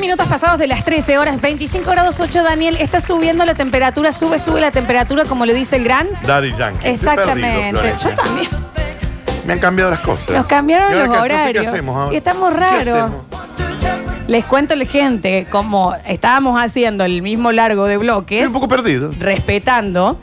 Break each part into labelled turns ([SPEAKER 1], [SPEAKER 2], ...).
[SPEAKER 1] minutos pasados de las 13 horas, 25 grados 8, Daniel. Está subiendo la temperatura, sube, sube la temperatura, como lo dice el gran.
[SPEAKER 2] Daddy Yankee. Estoy perdido,
[SPEAKER 1] Exactamente.
[SPEAKER 2] Florencia.
[SPEAKER 1] Yo también.
[SPEAKER 2] Me han cambiado las cosas.
[SPEAKER 1] Nos cambiaron los
[SPEAKER 2] Y ahora que- entonces,
[SPEAKER 1] horarios.
[SPEAKER 2] ¿Qué hacemos ahora?
[SPEAKER 1] Y estamos
[SPEAKER 2] ¿Qué
[SPEAKER 1] raros.
[SPEAKER 2] hacemos?
[SPEAKER 1] Les cuento a la gente, como estábamos haciendo el mismo largo de
[SPEAKER 2] Estoy
[SPEAKER 1] bloques,
[SPEAKER 2] un poco perdido.
[SPEAKER 1] respetando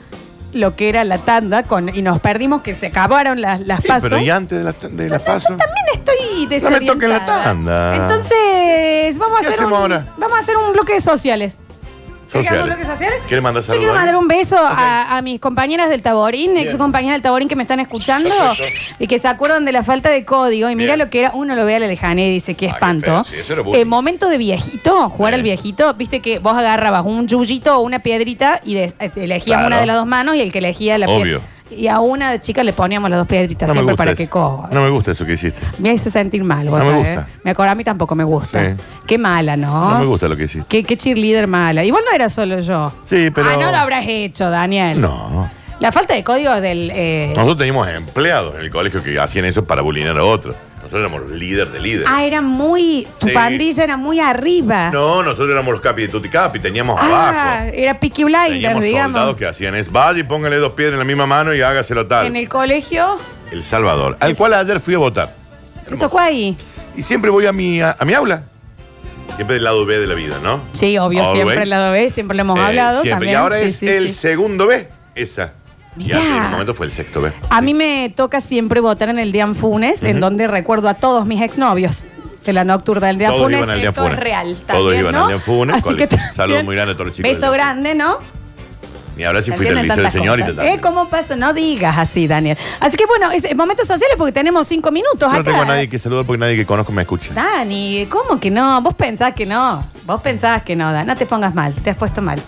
[SPEAKER 1] lo que era la tanda con, y nos perdimos que se acabaron las, las
[SPEAKER 2] sí,
[SPEAKER 1] pasos.
[SPEAKER 2] pero y antes de la, de la paso.
[SPEAKER 1] También estoy
[SPEAKER 2] No me
[SPEAKER 1] desorientada.
[SPEAKER 2] toquen la tanda.
[SPEAKER 1] Entonces, vamos a
[SPEAKER 2] ¿Qué
[SPEAKER 1] hacer un,
[SPEAKER 2] hacemos ahora?
[SPEAKER 1] vamos a hacer un bloque de sociales.
[SPEAKER 2] Sociales.
[SPEAKER 1] ¿Quieres bloque social?
[SPEAKER 2] ¿Quiere mandar
[SPEAKER 1] Yo
[SPEAKER 2] saludos
[SPEAKER 1] quiero
[SPEAKER 2] a alguien?
[SPEAKER 1] mandar un beso a, a mis compañeras del Taborín,
[SPEAKER 2] Bien.
[SPEAKER 1] ex compañeras del Taborín que me están escuchando
[SPEAKER 2] Perfecto.
[SPEAKER 1] y que se acuerdan de la falta de código. Y mira
[SPEAKER 2] Bien.
[SPEAKER 1] lo que era, uno lo ve a la lejanía y dice, qué
[SPEAKER 2] Ah, qué
[SPEAKER 1] espanto.
[SPEAKER 2] feo, sí, eso era bullying.
[SPEAKER 1] Eh, momento de viejito, jugar
[SPEAKER 2] Bien.
[SPEAKER 1] al viejito, viste que vos agarrabas un yuyito o una piedrita y des- eh, elegías
[SPEAKER 2] Claro.
[SPEAKER 1] una de las dos manos y el que elegía la
[SPEAKER 2] Obvio.
[SPEAKER 1] pied- Y a una chica le poníamos las dos piedritas
[SPEAKER 2] No me
[SPEAKER 1] siempre
[SPEAKER 2] gusta
[SPEAKER 1] para
[SPEAKER 2] eso.
[SPEAKER 1] que coja.
[SPEAKER 2] No me gusta eso que hiciste.
[SPEAKER 1] Me hizo sentir mal, vos
[SPEAKER 2] No me
[SPEAKER 1] sabés.
[SPEAKER 2] gusta.
[SPEAKER 1] Me acordé, a mí tampoco me gusta.
[SPEAKER 2] Sí.
[SPEAKER 1] Qué mala, ¿no?
[SPEAKER 2] No me gusta lo que hiciste.
[SPEAKER 1] Qué, qué cheerleader mala. Igual no era solo yo.
[SPEAKER 2] Sí, pero-
[SPEAKER 1] Ah, no lo habrás hecho, Daniel.
[SPEAKER 2] No.
[SPEAKER 1] La falta de código del. eh,
[SPEAKER 2] Nosotros teníamos empleados en el colegio que hacían eso para bulinar a otros. Nosotros éramos los líderes de líderes.
[SPEAKER 1] Ah, era muy. Tu
[SPEAKER 2] Sí.
[SPEAKER 1] pandilla era muy arriba.
[SPEAKER 2] No, nosotros éramos los capi de Tutti Capi, teníamos
[SPEAKER 1] ah,
[SPEAKER 2] abajo.
[SPEAKER 1] era Peaky Blinders,
[SPEAKER 2] Teníamos soldados
[SPEAKER 1] digamos.
[SPEAKER 2] que hacían eso. Vaya y póngale dos piedras en la misma mano y hágaselo tal.
[SPEAKER 1] En el colegio.
[SPEAKER 2] El Salvador, al cual ayer fui a votar.
[SPEAKER 1] ¿Te tocó ahí?
[SPEAKER 2] Y siempre voy a mi, a, a mi aula. Siempre del lado B de la vida, ¿no?
[SPEAKER 1] Sí, obvio,
[SPEAKER 2] Always.
[SPEAKER 1] siempre el lado B, siempre lo hemos
[SPEAKER 2] Eh,
[SPEAKER 1] hablado.
[SPEAKER 2] siempre.
[SPEAKER 1] También.
[SPEAKER 2] Y ahora
[SPEAKER 1] sí,
[SPEAKER 2] es
[SPEAKER 1] sí,
[SPEAKER 2] el
[SPEAKER 1] sí.
[SPEAKER 2] segundo B, esa. Y
[SPEAKER 1] Mirá.
[SPEAKER 2] antes, en un momento fue el sexto B.
[SPEAKER 1] A mí me toca siempre votar en el Dian Funes, en donde recuerdo a todos mis exnovios de la nocturna del Dian
[SPEAKER 2] Todos
[SPEAKER 1] Funes.
[SPEAKER 2] iban al Dian
[SPEAKER 1] Esto es
[SPEAKER 2] Funes.
[SPEAKER 1] real.
[SPEAKER 2] Todos
[SPEAKER 1] también,
[SPEAKER 2] iban al
[SPEAKER 1] ¿no?
[SPEAKER 2] Dian Funes,
[SPEAKER 1] Así
[SPEAKER 2] cole-
[SPEAKER 1] que también-
[SPEAKER 2] saludo muy grande a todos los chicos del
[SPEAKER 1] Beso
[SPEAKER 2] Dian
[SPEAKER 1] grande, ¿no?
[SPEAKER 2] Ni hablar si fuiste
[SPEAKER 1] Entienden
[SPEAKER 2] al liceo del
[SPEAKER 1] tantas
[SPEAKER 2] señor y
[SPEAKER 1] cosas.
[SPEAKER 2] te tal.
[SPEAKER 1] Eh, ¿Cómo pasa? No digas así, Daniel. Así que bueno, es eh, momentos sociales porque tenemos cinco minutos
[SPEAKER 2] Yo no
[SPEAKER 1] acá.
[SPEAKER 2] tengo a nadie que salude porque nadie que conozco me escucha.
[SPEAKER 1] Dani, ¿cómo que no? Vos pensás que no. Vos pensás que no, Dani. No te pongas mal, te has puesto mal.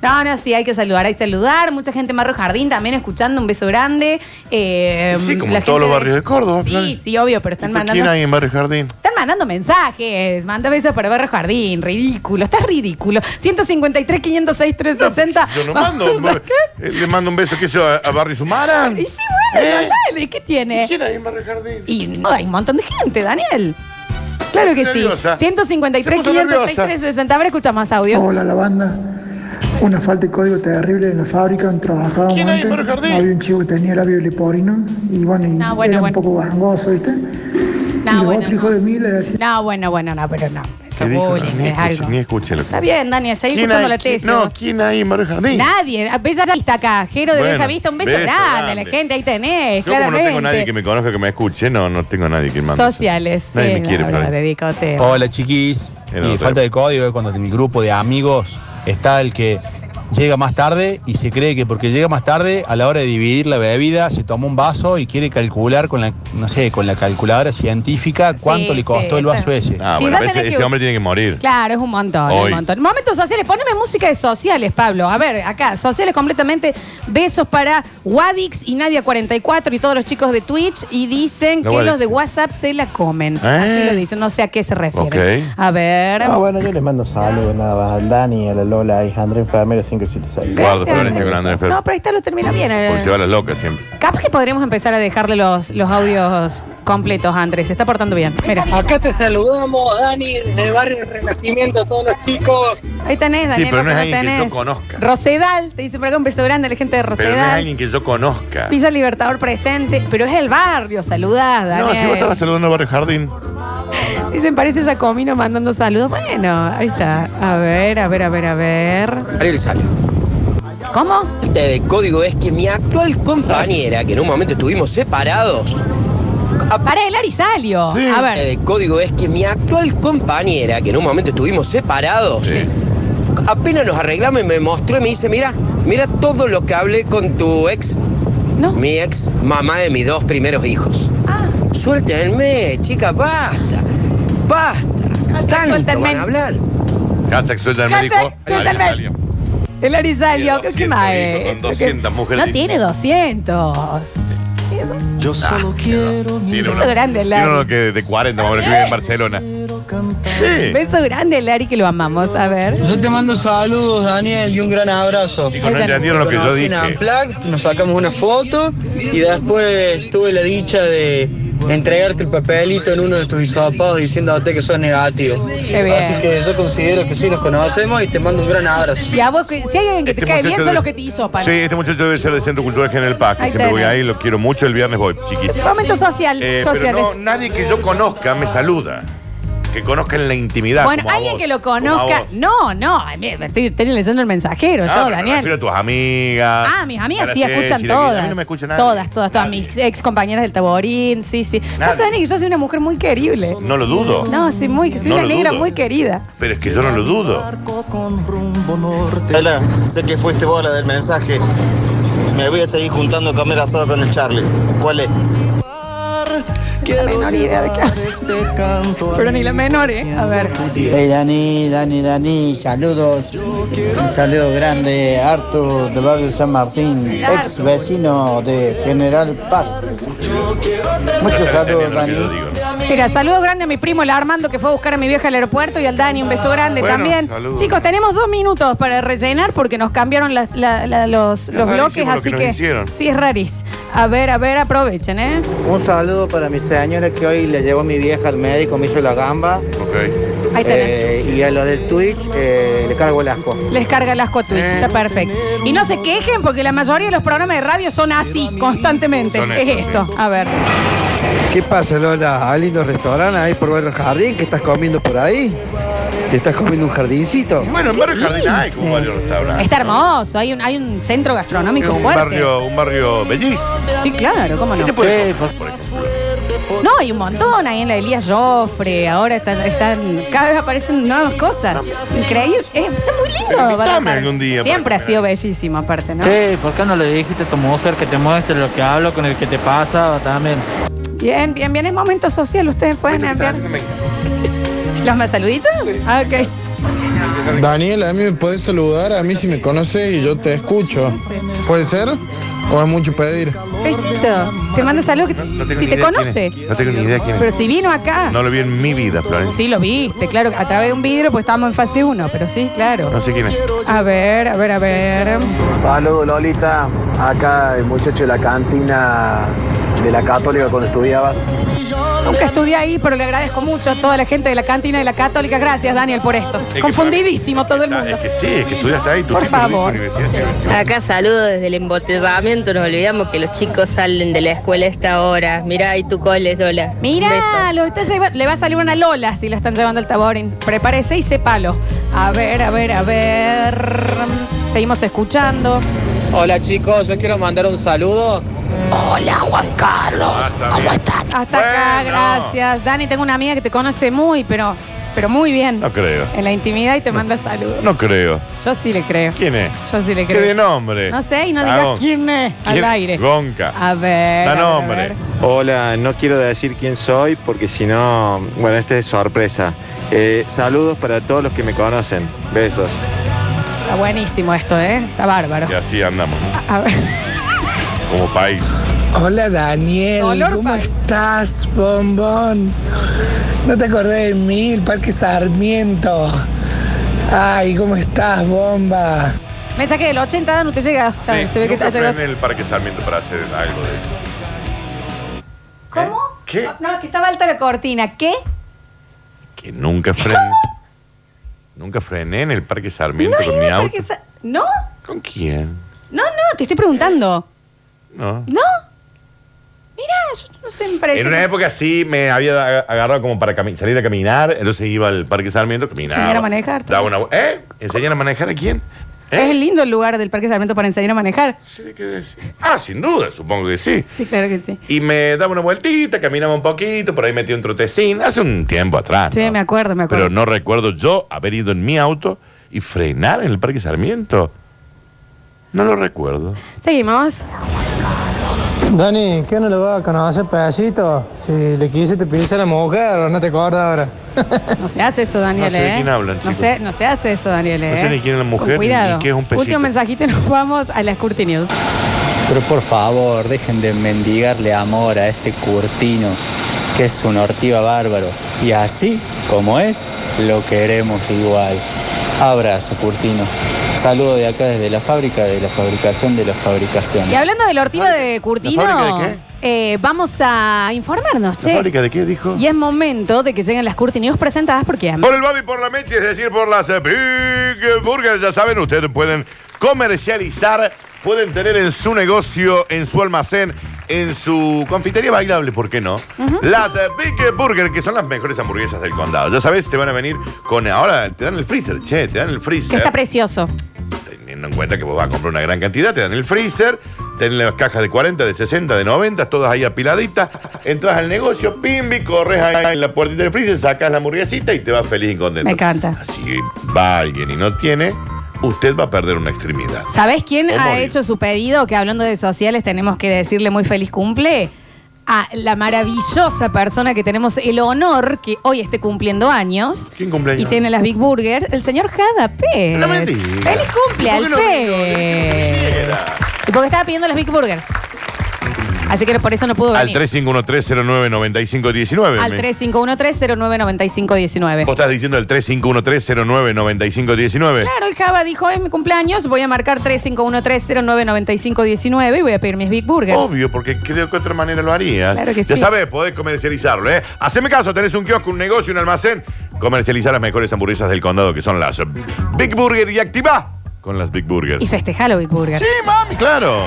[SPEAKER 1] No, no, sí, hay que saludar, hay que saludar. Mucha gente en Barrio Jardín también escuchando, un beso grande. Eh,
[SPEAKER 2] Sí, como
[SPEAKER 1] la
[SPEAKER 2] en todos
[SPEAKER 1] gente
[SPEAKER 2] los barrios de Córdoba,
[SPEAKER 1] Sí,
[SPEAKER 2] Flor.
[SPEAKER 1] sí, obvio, pero están
[SPEAKER 2] ¿Quién
[SPEAKER 1] mandando.
[SPEAKER 2] hay en Barrio Jardín?
[SPEAKER 1] Están mandando mensajes, manda besos para Barrio Jardín, ridículo, estás ridículo. 153, 506, 360.
[SPEAKER 2] Yo no mando.
[SPEAKER 1] Vamos a-
[SPEAKER 2] eh, Le mando un beso que hizo a, a Barrio Sumara.
[SPEAKER 1] Y sí, bueno,
[SPEAKER 2] ¿Eh?
[SPEAKER 1] dale, ¿qué tiene?
[SPEAKER 2] ¿Quién hay en Barrio Jardín?
[SPEAKER 1] Y no, hay un montón de gente, Daniel. Claro que sí. 153,
[SPEAKER 2] Nerviosa. Se puso
[SPEAKER 1] 506,
[SPEAKER 2] nerviosa.
[SPEAKER 1] 360. A ver, escucha más audio.
[SPEAKER 3] Hola, la banda. Una falta de código terrible en la fábrica donde trabajábamos
[SPEAKER 2] ¿Quién hay,
[SPEAKER 3] antes.
[SPEAKER 2] Mario Jardín?
[SPEAKER 3] Había un chico que tenía labio leporino y bueno, y
[SPEAKER 1] Ah, bueno,
[SPEAKER 3] era
[SPEAKER 1] bueno.
[SPEAKER 3] un poco gangoso, ¿viste? y los
[SPEAKER 1] bueno,
[SPEAKER 3] otros hijos
[SPEAKER 1] no.
[SPEAKER 3] de mí le decían...
[SPEAKER 1] No, bueno, bueno, no, pero no. Eso
[SPEAKER 2] ¿Qué
[SPEAKER 1] es
[SPEAKER 2] dijo?
[SPEAKER 1] bullying,
[SPEAKER 2] ni,
[SPEAKER 1] es algo.
[SPEAKER 2] escuché, ni escuché lo que
[SPEAKER 1] Está bien, Daniel, seguí
[SPEAKER 2] ¿Quién
[SPEAKER 1] escuchando
[SPEAKER 2] hay-
[SPEAKER 1] la
[SPEAKER 2] quién-
[SPEAKER 1] tesis.
[SPEAKER 2] No, ¿quién hay en Barrio Jardín?
[SPEAKER 1] Nadie. Ah, A Bella Vista acá, Jero de
[SPEAKER 2] Bueno,
[SPEAKER 1] Bella Vista. Un beso,
[SPEAKER 2] beso
[SPEAKER 1] grande a la
[SPEAKER 2] grande.
[SPEAKER 1] gente, ahí tenés,
[SPEAKER 2] Yo como no
[SPEAKER 1] claramente.
[SPEAKER 2] tengo nadie que me conozca, que me escuche, no, no tengo nadie que mande.
[SPEAKER 1] Sociales.
[SPEAKER 2] Nadie
[SPEAKER 1] sí,
[SPEAKER 2] me quiere,
[SPEAKER 1] no, no,
[SPEAKER 2] Florencia.
[SPEAKER 1] dedícate.
[SPEAKER 4] Hola chiquis.
[SPEAKER 2] En otro.
[SPEAKER 4] Y falta de código es cuando en el grupo de amigos está el que llega más tarde y se cree que porque llega más tarde a la hora de dividir la bebida se toma un vaso y quiere calcular con la no sé con la calculadora científica cuánto
[SPEAKER 1] Sí,
[SPEAKER 4] le costó
[SPEAKER 1] sí,
[SPEAKER 4] el vaso
[SPEAKER 1] eso.
[SPEAKER 4] ese.
[SPEAKER 2] Ah,
[SPEAKER 1] Si
[SPEAKER 2] bueno,
[SPEAKER 1] ya
[SPEAKER 2] a veces
[SPEAKER 1] tenés que
[SPEAKER 2] ese
[SPEAKER 1] us-
[SPEAKER 2] hombre tiene que morir.
[SPEAKER 1] Claro, es un montón, un
[SPEAKER 2] Hoy.
[SPEAKER 1] montón. Momentos sociales, poneme música de sociales, Pablo. A ver, acá, sociales completamente. Besos para Wadix y Nadia44 y todos los chicos de Twitch. Y dicen
[SPEAKER 2] La
[SPEAKER 1] que
[SPEAKER 2] Wadix.
[SPEAKER 1] los de WhatsApp se la comen. Así
[SPEAKER 2] Eh.
[SPEAKER 1] lo dicen, no sé a qué se refieren.
[SPEAKER 2] Ok.
[SPEAKER 1] A ver.
[SPEAKER 5] Ah, bueno, yo les mando saludos nada más al Dani, a la Lola, a Alejandra Enfermero
[SPEAKER 6] Este
[SPEAKER 5] 576.
[SPEAKER 2] Guarda,
[SPEAKER 1] Gracias.
[SPEAKER 2] Florencia, grande, Fer.
[SPEAKER 1] No, pero ahí está, lo termina bien. eh.
[SPEAKER 2] Porque se va la loca siempre.
[SPEAKER 1] Capaz que podríamos empezar a dejarle los, los audios completos, Andrés. Se está portando bien. Mira.
[SPEAKER 7] Acá te saludamos, Dani, desde Barrio Renacimiento, a todos los chicos.
[SPEAKER 1] Ahí tenés, Daniel.
[SPEAKER 2] pero no es
[SPEAKER 1] lo
[SPEAKER 2] alguien que
[SPEAKER 1] tenés.
[SPEAKER 2] yo conozca.
[SPEAKER 1] Rosedal, te dice por acá un beso grande a la gente de
[SPEAKER 2] Pero
[SPEAKER 1] Rosedal.
[SPEAKER 2] no es alguien que yo conozca.
[SPEAKER 1] Villa Libertador presente, pero es el barrio, saludada.
[SPEAKER 2] No, si vos estabas saludando a Barrio Jardín.
[SPEAKER 1] Dicen, parece Jacomino mandando saludos. Bueno, ahí está. A ver, a ver, a ver, a ver.
[SPEAKER 6] Ariel Sala.
[SPEAKER 1] ¿Cómo?
[SPEAKER 6] Falta de código es que mi actual compañera, que en un momento estuvimos separados,
[SPEAKER 1] Para el Arisalio.
[SPEAKER 2] Sí.
[SPEAKER 1] A
[SPEAKER 6] falta
[SPEAKER 1] ver.
[SPEAKER 6] de código es que mi actual compañera, que en un momento estuvimos separados,
[SPEAKER 2] Sí.
[SPEAKER 6] apenas nos arreglamos y me mostró y me dice, mira, mira todo lo que hablé con tu ex,
[SPEAKER 1] No.
[SPEAKER 6] mi ex mamá de mis dos primeros hijos.
[SPEAKER 1] Ah,
[SPEAKER 6] Suéltenme, chica, basta, basta. Tanto
[SPEAKER 1] suéltenme.
[SPEAKER 6] van a hablar.
[SPEAKER 2] Hashtag suelta el
[SPEAKER 1] Hashtag
[SPEAKER 2] médico.
[SPEAKER 1] suelta el médico. el Arisalio.
[SPEAKER 2] Tiene
[SPEAKER 1] ¿Qué
[SPEAKER 2] 200
[SPEAKER 1] más?
[SPEAKER 2] hijos con
[SPEAKER 1] es?
[SPEAKER 2] 200 mujeres
[SPEAKER 1] No tiene 200.
[SPEAKER 8] Yo solo quiero
[SPEAKER 2] Ah, Tiene
[SPEAKER 1] Beso grande, Lali.
[SPEAKER 2] Tiene uno que de 40, como lo que vive en Barcelona. Sí.
[SPEAKER 1] Beso grande, Lari, que lo amamos. A ver.
[SPEAKER 4] Yo te mando saludos Daniel y un gran abrazo.
[SPEAKER 2] Chicos, no entendieron lo que yo dije.
[SPEAKER 4] nos sacamos una foto y después tuve la dicha de
[SPEAKER 7] entregarte el papelito en uno de tus hisopados diciéndote que sos negativo.
[SPEAKER 1] Qué bien.
[SPEAKER 7] Así que yo considero que sí nos conocemos y te mando un gran abrazo.
[SPEAKER 1] Y a vos, que- si hay alguien que te
[SPEAKER 2] Este
[SPEAKER 1] cae
[SPEAKER 2] muchacho
[SPEAKER 1] bien, son
[SPEAKER 2] debe-
[SPEAKER 1] los que te hizo, pan.
[SPEAKER 2] Sí, este muchacho debe ser de Centro Cultural General Paz, que
[SPEAKER 1] Ahí
[SPEAKER 2] siempre voy
[SPEAKER 1] tenés.
[SPEAKER 2] ahí, lo quiero mucho, el viernes voy, chiquito.
[SPEAKER 1] Momentos social,
[SPEAKER 2] Eh, pero
[SPEAKER 1] sociales.
[SPEAKER 2] no, nadie que yo conozca me saluda. Que conozca en la intimidad.
[SPEAKER 1] bueno,
[SPEAKER 2] como a
[SPEAKER 1] alguien
[SPEAKER 2] vos,
[SPEAKER 1] que lo
[SPEAKER 2] como a
[SPEAKER 1] conozca.
[SPEAKER 2] vos.
[SPEAKER 1] No, no, a mí me estoy estoy leyendo el mensajero,
[SPEAKER 2] Ah,
[SPEAKER 1] yo,
[SPEAKER 2] pero Me refiero
[SPEAKER 1] Daniel.
[SPEAKER 2] a tus amigas.
[SPEAKER 1] Ah, mis amigas
[SPEAKER 2] a
[SPEAKER 1] sí
[SPEAKER 2] la
[SPEAKER 1] escuchan
[SPEAKER 2] Ceci, de aquí.
[SPEAKER 1] todas.
[SPEAKER 2] A mí no me escucha nadie.
[SPEAKER 1] Todas, todas, todas.
[SPEAKER 2] Nadie.
[SPEAKER 1] Mis ex compañeras del Taborín, sí, sí. No
[SPEAKER 2] Nadie.
[SPEAKER 1] sé, Dani, que yo soy una mujer muy querible.
[SPEAKER 2] No lo dudo.
[SPEAKER 1] No, soy muy, soy
[SPEAKER 2] No
[SPEAKER 1] una
[SPEAKER 2] lo
[SPEAKER 1] negra
[SPEAKER 2] dudo.
[SPEAKER 1] muy querida.
[SPEAKER 2] Pero es que yo no lo dudo.
[SPEAKER 8] Barco con rumbo norte.
[SPEAKER 9] Hola, sé que fuiste bola del mensaje. Me voy a seguir juntando a comer asado con el Charlie. ¿Cuál es?
[SPEAKER 1] la menor idea de qué habla.
[SPEAKER 8] este canto.
[SPEAKER 1] Pero ni la menor, ¿eh? A ver.
[SPEAKER 5] Hey Dani, Dani, Dani, saludos. Un saludo grande, Arthur de Barrio San Martín, ex vecino de General Paz. Muchos saludos,
[SPEAKER 2] Entendiendo lo que
[SPEAKER 5] Dani.
[SPEAKER 2] yo digo, ¿no?
[SPEAKER 1] Mira, saludos grande a mi primo, el Armando, que fue a buscar a mi vieja al aeropuerto, y al Dani, un beso grande
[SPEAKER 2] Bueno,
[SPEAKER 1] también.
[SPEAKER 2] saludos.
[SPEAKER 1] Chicos, tenemos dos minutos para rellenar porque nos cambiaron la- la- la- los, los
[SPEAKER 2] rarísimo
[SPEAKER 1] bloques,
[SPEAKER 2] lo que
[SPEAKER 1] así
[SPEAKER 2] nos
[SPEAKER 1] que.
[SPEAKER 2] hicieron.
[SPEAKER 1] Sí, es rarísimo. A ver, a ver, aprovechen, ¿eh?
[SPEAKER 5] Un saludo para mi señora que hoy le llevó a mi vieja al médico, me hizo la gamba.
[SPEAKER 2] Ok.
[SPEAKER 1] Ahí tenés.
[SPEAKER 5] Eh, y a los del Twitch eh, le cargo el asco.
[SPEAKER 1] Les carga el asco a Twitch,
[SPEAKER 2] Eh.
[SPEAKER 1] está perfecto. Y no se quejen porque la mayoría de los programas de radio son así, constantemente.
[SPEAKER 2] Son
[SPEAKER 1] es
[SPEAKER 2] esos,
[SPEAKER 1] esto.
[SPEAKER 2] sí.
[SPEAKER 1] A ver.
[SPEAKER 5] ¿Qué pasa, Lola? Hay lindos restaurantes ahí por ver el jardín. ¿Qué estás comiendo por ahí? ¿Te estás comiendo un jardincito?
[SPEAKER 2] Bueno, en
[SPEAKER 1] ¿Qué
[SPEAKER 2] Barrio Jardín hay
[SPEAKER 1] dice?
[SPEAKER 2] como varios restaurantes.
[SPEAKER 1] Está
[SPEAKER 2] ¿no?
[SPEAKER 1] hermoso, hay un, hay un centro gastronómico
[SPEAKER 2] Es un
[SPEAKER 1] fuerte.
[SPEAKER 2] barrio, un barrio bellísimo.
[SPEAKER 1] Sí, claro, cómo no.
[SPEAKER 2] ¿Qué se puede comer, por ejemplo?
[SPEAKER 1] No, hay un montón ahí en la Elías Joffre, ahora están, están- cada vez aparecen nuevas cosas. Increíble. Eh, está muy
[SPEAKER 2] Pero
[SPEAKER 1] lindo,
[SPEAKER 2] invítame
[SPEAKER 1] Barrio
[SPEAKER 2] algún día
[SPEAKER 1] Siempre ha
[SPEAKER 2] para
[SPEAKER 1] sido bellísimo, aparte, ¿no?
[SPEAKER 10] Che, ¿por qué no le dijiste a tu mujer que te muestre lo que hablo con el que te pasa también?
[SPEAKER 1] Bien, bien, bien. Es momento social, ustedes pueden enviar. ¿Los más saluditos? Ah, ok.
[SPEAKER 11] Daniel, a mí me puedes saludar, a mí si me conoces y yo te escucho. ¿Puede ser? ¿O es mucho pedir?
[SPEAKER 1] Bellito, te manda saludos. que-
[SPEAKER 2] No tengo
[SPEAKER 1] si
[SPEAKER 2] ni
[SPEAKER 1] te
[SPEAKER 2] idea quién
[SPEAKER 1] conoce.
[SPEAKER 2] es. No tengo ni idea quién es.
[SPEAKER 1] Pero si vino acá.
[SPEAKER 2] No lo vi en mi vida, Florencia.
[SPEAKER 1] Sí, lo viste, claro, a través de un vidrio, pues estábamos en fase 1, pero sí,
[SPEAKER 2] No
[SPEAKER 1] claro.
[SPEAKER 2] sé quién es.
[SPEAKER 1] A ver, a ver, a ver.
[SPEAKER 5] Saludos, Lolita. Acá el muchacho de la cantina de la Católica cuando estudiabas.
[SPEAKER 1] Nunca estudié ahí, pero le agradezco mucho a toda la gente de la cantina de la Católica. Gracias, Daniel, por esto.
[SPEAKER 2] Es que
[SPEAKER 1] Confundidísimo todo el
[SPEAKER 2] Está-
[SPEAKER 1] mundo.
[SPEAKER 2] Es que sí, es que estudiaste ahí. tu
[SPEAKER 1] Por
[SPEAKER 2] título dice
[SPEAKER 1] favor.
[SPEAKER 2] Universidad Nacional.
[SPEAKER 12] Acá saludo desde el embotellamiento, nos olvidamos que los chicos salen de la escuela a esta hora. Mirá, ahí tu cole, Dola.
[SPEAKER 1] Mirá, lo está lleva- le va a salir una Lola si la están llevando al Taborín. Prepárese y sepalo. A ver, a ver, a ver. Seguimos escuchando.
[SPEAKER 7] Hola chicos, yo quiero mandar un saludo.
[SPEAKER 2] Ah, está bien.
[SPEAKER 1] Hasta acá,
[SPEAKER 2] Bueno.
[SPEAKER 1] gracias. Dani, tengo una amiga que te conoce muy, pero, pero muy bien.
[SPEAKER 2] No creo.
[SPEAKER 1] En la intimidad y te manda saludos.
[SPEAKER 2] No creo.
[SPEAKER 1] Yo sí le creo.
[SPEAKER 2] ¿Quién es?
[SPEAKER 1] Yo sí le
[SPEAKER 2] ¿Qué
[SPEAKER 1] creo.
[SPEAKER 2] de nombre?
[SPEAKER 1] No sé, y no digas
[SPEAKER 2] Cagón.
[SPEAKER 1] quién es al
[SPEAKER 2] ¿Quién?
[SPEAKER 1] aire.
[SPEAKER 2] Gonca.
[SPEAKER 1] A ver. a
[SPEAKER 2] Da
[SPEAKER 1] ver, a
[SPEAKER 2] nombre.
[SPEAKER 1] ver.
[SPEAKER 10] Hola, no quiero decir quién soy porque si no, bueno, este es sorpresa. Eh, saludos para todos los que me conocen. Besos.
[SPEAKER 1] Está buenísimo esto, ¿eh? Está bárbaro.
[SPEAKER 2] Y así andamos, ¿no?
[SPEAKER 1] A ver.
[SPEAKER 2] como país.
[SPEAKER 3] Hola Daniel,
[SPEAKER 1] Dolor
[SPEAKER 3] ¿cómo
[SPEAKER 1] fa-
[SPEAKER 3] estás, bombón? No te acordé de mí, el Parque Sarmiento. Ay, ¿cómo estás, bomba?
[SPEAKER 1] Mensaje del 80, Dan, usted llega.
[SPEAKER 2] Sí,
[SPEAKER 1] Se ve que
[SPEAKER 2] nunca
[SPEAKER 1] está
[SPEAKER 2] fue en
[SPEAKER 1] llegando.
[SPEAKER 2] el Parque Sarmiento para hacer algo de ¿Eh?
[SPEAKER 1] ¿Cómo?
[SPEAKER 2] ¿Qué?
[SPEAKER 1] No, que estaba alta la cortina. ¿Qué?
[SPEAKER 2] Que nunca frené. nunca frené en el Parque Sarmiento
[SPEAKER 1] No,
[SPEAKER 2] con
[SPEAKER 1] iba
[SPEAKER 2] mi
[SPEAKER 1] al
[SPEAKER 2] auto.
[SPEAKER 1] Parque Sa- ¿No?
[SPEAKER 2] ¿Con quién?
[SPEAKER 1] No, no, te estoy preguntando.
[SPEAKER 2] No.
[SPEAKER 1] ¿No? Mirá, yo no sé, me parece.
[SPEAKER 2] En una
[SPEAKER 1] que-
[SPEAKER 2] época sí me había aga- agarrado como para cami- salir a caminar, entonces iba al Parque Sarmiento, caminaba.
[SPEAKER 1] Enseñar a manejar.
[SPEAKER 2] Daba una vu- ¿Eh? ¿Enseñar a manejar a quién? ¿Eh?
[SPEAKER 1] Es lindo el lugar del Parque Sarmiento para enseñar a manejar.
[SPEAKER 2] Sí, ¿de qué decir? Ah, sin duda, supongo que sí.
[SPEAKER 1] Sí, claro que sí.
[SPEAKER 2] Y me daba una vueltita, caminaba un poquito, por ahí metí un trotecín, hace un tiempo atrás.
[SPEAKER 1] Sí,
[SPEAKER 2] ¿no?
[SPEAKER 1] me acuerdo, me acuerdo.
[SPEAKER 2] Pero no recuerdo yo haber ido en mi auto y frenar en el Parque Sarmiento. No lo recuerdo.
[SPEAKER 1] Seguimos.
[SPEAKER 7] Dani, ¿qué no lo va a conocer pedacito? Si le quise te pise la mujer, no te acuerdas ahora.
[SPEAKER 1] No se hace eso, Daniel.
[SPEAKER 2] No sé de
[SPEAKER 1] ¿eh?
[SPEAKER 2] quién hablan,
[SPEAKER 1] no
[SPEAKER 2] chicos.
[SPEAKER 1] se, no se hace eso, Daniel.
[SPEAKER 2] No sé
[SPEAKER 1] ¿eh?
[SPEAKER 2] ni quién es la mujer,
[SPEAKER 1] Con
[SPEAKER 2] ni-
[SPEAKER 1] cuidado.
[SPEAKER 2] ni qué es un pesito.
[SPEAKER 1] Último mensajito y nos vamos a las Curti News.
[SPEAKER 5] Pero por favor, dejen de mendigarle amor a este curtino, que es un ortiva bárbaro. Y así como es, lo queremos igual. Abrazo, curtino. Saludo de acá desde la fábrica de la fabricación de la fabricación.
[SPEAKER 1] Y hablando del ortivo de
[SPEAKER 2] ¿La fábrica
[SPEAKER 1] Curtino.
[SPEAKER 2] de qué?
[SPEAKER 1] eh, vamos a informarnos,
[SPEAKER 2] ¿La
[SPEAKER 1] che.
[SPEAKER 2] fábrica de qué dijo?
[SPEAKER 1] Y es momento de que lleguen las Curti News presentadas por quién.
[SPEAKER 2] Por el Babi, por la Mechi, es decir, por las eh, Big Burgers, ya saben, ustedes pueden comercializar, pueden tener en su negocio, en su almacén, en su confitería bailable, ¿por qué no? Las eh, Big Burger, que son las mejores hamburguesas del condado. Ya sabes, te van a venir con. Ahora te dan el freezer, che, te dan el
[SPEAKER 1] Que
[SPEAKER 2] freezer.
[SPEAKER 1] está precioso.
[SPEAKER 2] Teniendo en cuenta que vos vas a comprar una gran cantidad, te dan el freezer, tenés las cajas de 40, de 60, de 90, todas ahí apiladitas. Entras al negocio, pimbi, corres ahí en la puertita del freezer, sacas la hamburguesita y te vas feliz y contento.
[SPEAKER 1] Me encanta.
[SPEAKER 2] Si va alguien y no tiene, usted va a perder una extremidad.
[SPEAKER 1] ¿Sabés quién
[SPEAKER 2] O
[SPEAKER 1] ha
[SPEAKER 2] móvil.
[SPEAKER 1] hecho su pedido? Que hablando de sociales tenemos que decirle muy feliz cumple a la maravillosa persona que tenemos el honor que hoy esté cumpliendo años.
[SPEAKER 2] ¿Quién cumple
[SPEAKER 1] Y
[SPEAKER 2] años?
[SPEAKER 1] tiene las Big Burger, el señor Jada Pérez.
[SPEAKER 2] No me digas.
[SPEAKER 1] ¡Feliz cumple
[SPEAKER 2] ¿Por
[SPEAKER 1] al
[SPEAKER 2] qué no
[SPEAKER 1] Pérez!
[SPEAKER 2] Era.
[SPEAKER 1] Y porque estaba pidiendo las Big Burgers. Así que por eso no pudo
[SPEAKER 2] Al
[SPEAKER 1] venir.
[SPEAKER 2] 3513099519.
[SPEAKER 1] Al
[SPEAKER 2] me-
[SPEAKER 1] 3513099519.
[SPEAKER 2] Vos estás diciendo el 3513099519.
[SPEAKER 1] Claro, el Java dijo, es mi cumpleaños, voy a marcar 351-309-9519 y voy a pedir mis Big Burgers.
[SPEAKER 2] Obvio, porque creo que de otra manera lo harías.
[SPEAKER 1] Claro que
[SPEAKER 2] ya
[SPEAKER 1] sí.
[SPEAKER 2] sabes, podés comercializarlo, ¿eh? Haceme caso, tenés un kiosco, un negocio, un almacén. Comercializa las mejores hamburguesas del condado, que son las Big Burger y activa con las Big Burger.
[SPEAKER 1] Y festejalo, Big Burger.
[SPEAKER 2] Sí, mami, claro.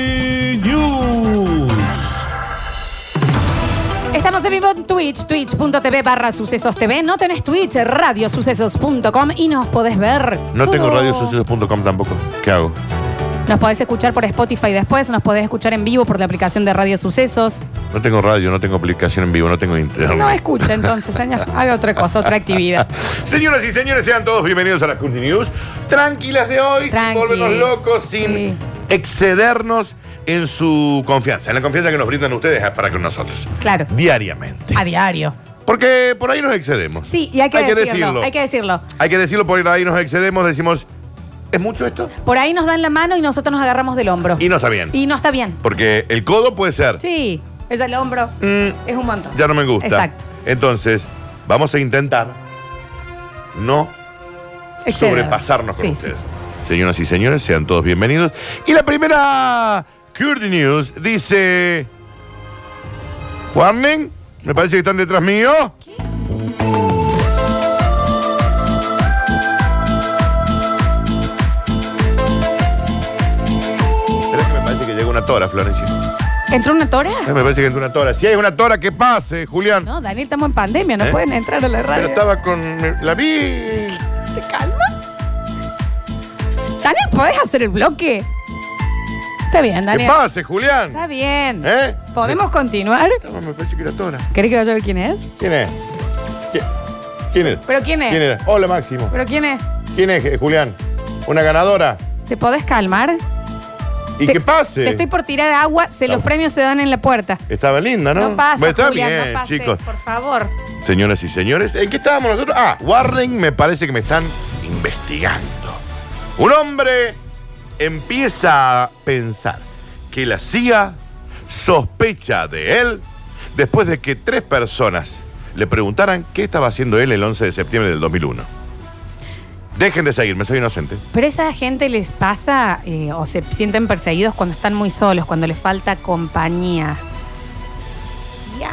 [SPEAKER 13] News.
[SPEAKER 1] Estamos en vivo en Twitch, twitch.tv barra sucesos TV. No tenés Twitch, radiosucesos.com y nos podés ver.
[SPEAKER 2] No
[SPEAKER 1] todo.
[SPEAKER 2] tengo radiosucesos.com tampoco. ¿Qué hago?
[SPEAKER 1] Nos podés escuchar por Spotify después, nos podés escuchar en vivo por la aplicación de Radio Sucesos.
[SPEAKER 2] No tengo radio, no tengo aplicación en vivo, no tengo internet.
[SPEAKER 1] No escucha entonces, señor. Haga otra cosa, otra actividad.
[SPEAKER 2] Señoras y señores, sean todos bienvenidos a las Curti News. Tranquilas de hoy,
[SPEAKER 1] Tranqui.
[SPEAKER 2] sin volvernos locos, sin excedernos en su confianza, en la confianza que nos brindan ustedes eh, para con nosotros.
[SPEAKER 1] Claro,
[SPEAKER 2] Diariamente.
[SPEAKER 1] a diario.
[SPEAKER 2] Porque por ahí nos excedemos.
[SPEAKER 1] Sí, y hay que,
[SPEAKER 2] Hay que
[SPEAKER 1] decirlo,
[SPEAKER 2] decirlo.
[SPEAKER 1] Hay que decirlo.
[SPEAKER 2] Hay que decirlo, por ahí nos excedemos, decimos, ¿es mucho esto?
[SPEAKER 1] Por ahí nos dan la mano y nosotros nos agarramos del hombro.
[SPEAKER 2] Y no está bien.
[SPEAKER 1] Y no está bien.
[SPEAKER 2] Porque el codo puede ser, "Mm,
[SPEAKER 1] Sí, ella el hombro. Es un montón.
[SPEAKER 2] ya no me gusta.
[SPEAKER 1] Exacto.
[SPEAKER 2] Entonces, vamos a intentar no
[SPEAKER 1] Excedernos.
[SPEAKER 2] sobrepasarnos con
[SPEAKER 1] Sí,
[SPEAKER 2] ustedes. Señoras y señores, sean todos bienvenidos. Y la primera Curdy News dice... Warning, me parece que están detrás mío. Espera que me parece que llega una tora, Florencia.
[SPEAKER 1] ¿Entró una tora?
[SPEAKER 2] Eh, Me parece que entró una tora. Si hay una tora, que pase, Julián.
[SPEAKER 1] No, Daniel, estamos en pandemia, no
[SPEAKER 2] ¿Eh?
[SPEAKER 1] pueden entrar a la
[SPEAKER 2] Pero
[SPEAKER 1] radio.
[SPEAKER 2] estaba con... me- La vi...
[SPEAKER 1] ¿Te calmas? Daniel, ¿podés hacer el bloque? Está bien,
[SPEAKER 2] Que
[SPEAKER 1] Daniel.
[SPEAKER 2] pase, Julián.
[SPEAKER 1] Está bien.
[SPEAKER 2] ¿Eh?
[SPEAKER 1] ¿Podemos continuar?
[SPEAKER 2] No, me parece que era tora.
[SPEAKER 1] ¿Querés que vaya a ver quién es?
[SPEAKER 2] ¿Quién es? ¿Qui- ¿Quién es?
[SPEAKER 1] ¿Pero quién es?
[SPEAKER 2] ¿Quién era? Hola, Máximo.
[SPEAKER 1] ¿Pero quién es?
[SPEAKER 2] ¿Quién es, eh, Julián? ¿Una ganadora?
[SPEAKER 1] ¿Te podés calmar?
[SPEAKER 2] ¿Y
[SPEAKER 1] Te-
[SPEAKER 2] que pase?
[SPEAKER 1] Te estoy por tirar agua, se los
[SPEAKER 2] Está-
[SPEAKER 1] premios se dan en la puerta.
[SPEAKER 2] Estaba linda, ¿no?
[SPEAKER 1] No, pasa,
[SPEAKER 2] Bueno, está
[SPEAKER 1] Julián,
[SPEAKER 2] bien,
[SPEAKER 1] no pase,
[SPEAKER 2] chicos.
[SPEAKER 1] por favor.
[SPEAKER 2] Señoras y señores, ¿en qué estábamos nosotros? Ah, Warren me parece que me están investigando. Un hombre empieza a pensar que la CIA sospecha de él después de que tres personas le preguntaran qué estaba haciendo él el 11 de septiembre del 2001. Dejen de seguirme, soy inocente.
[SPEAKER 1] Pero esa gente les pasa eh, o se sienten perseguidos cuando están muy solos, cuando les falta compañía. ¿Cia?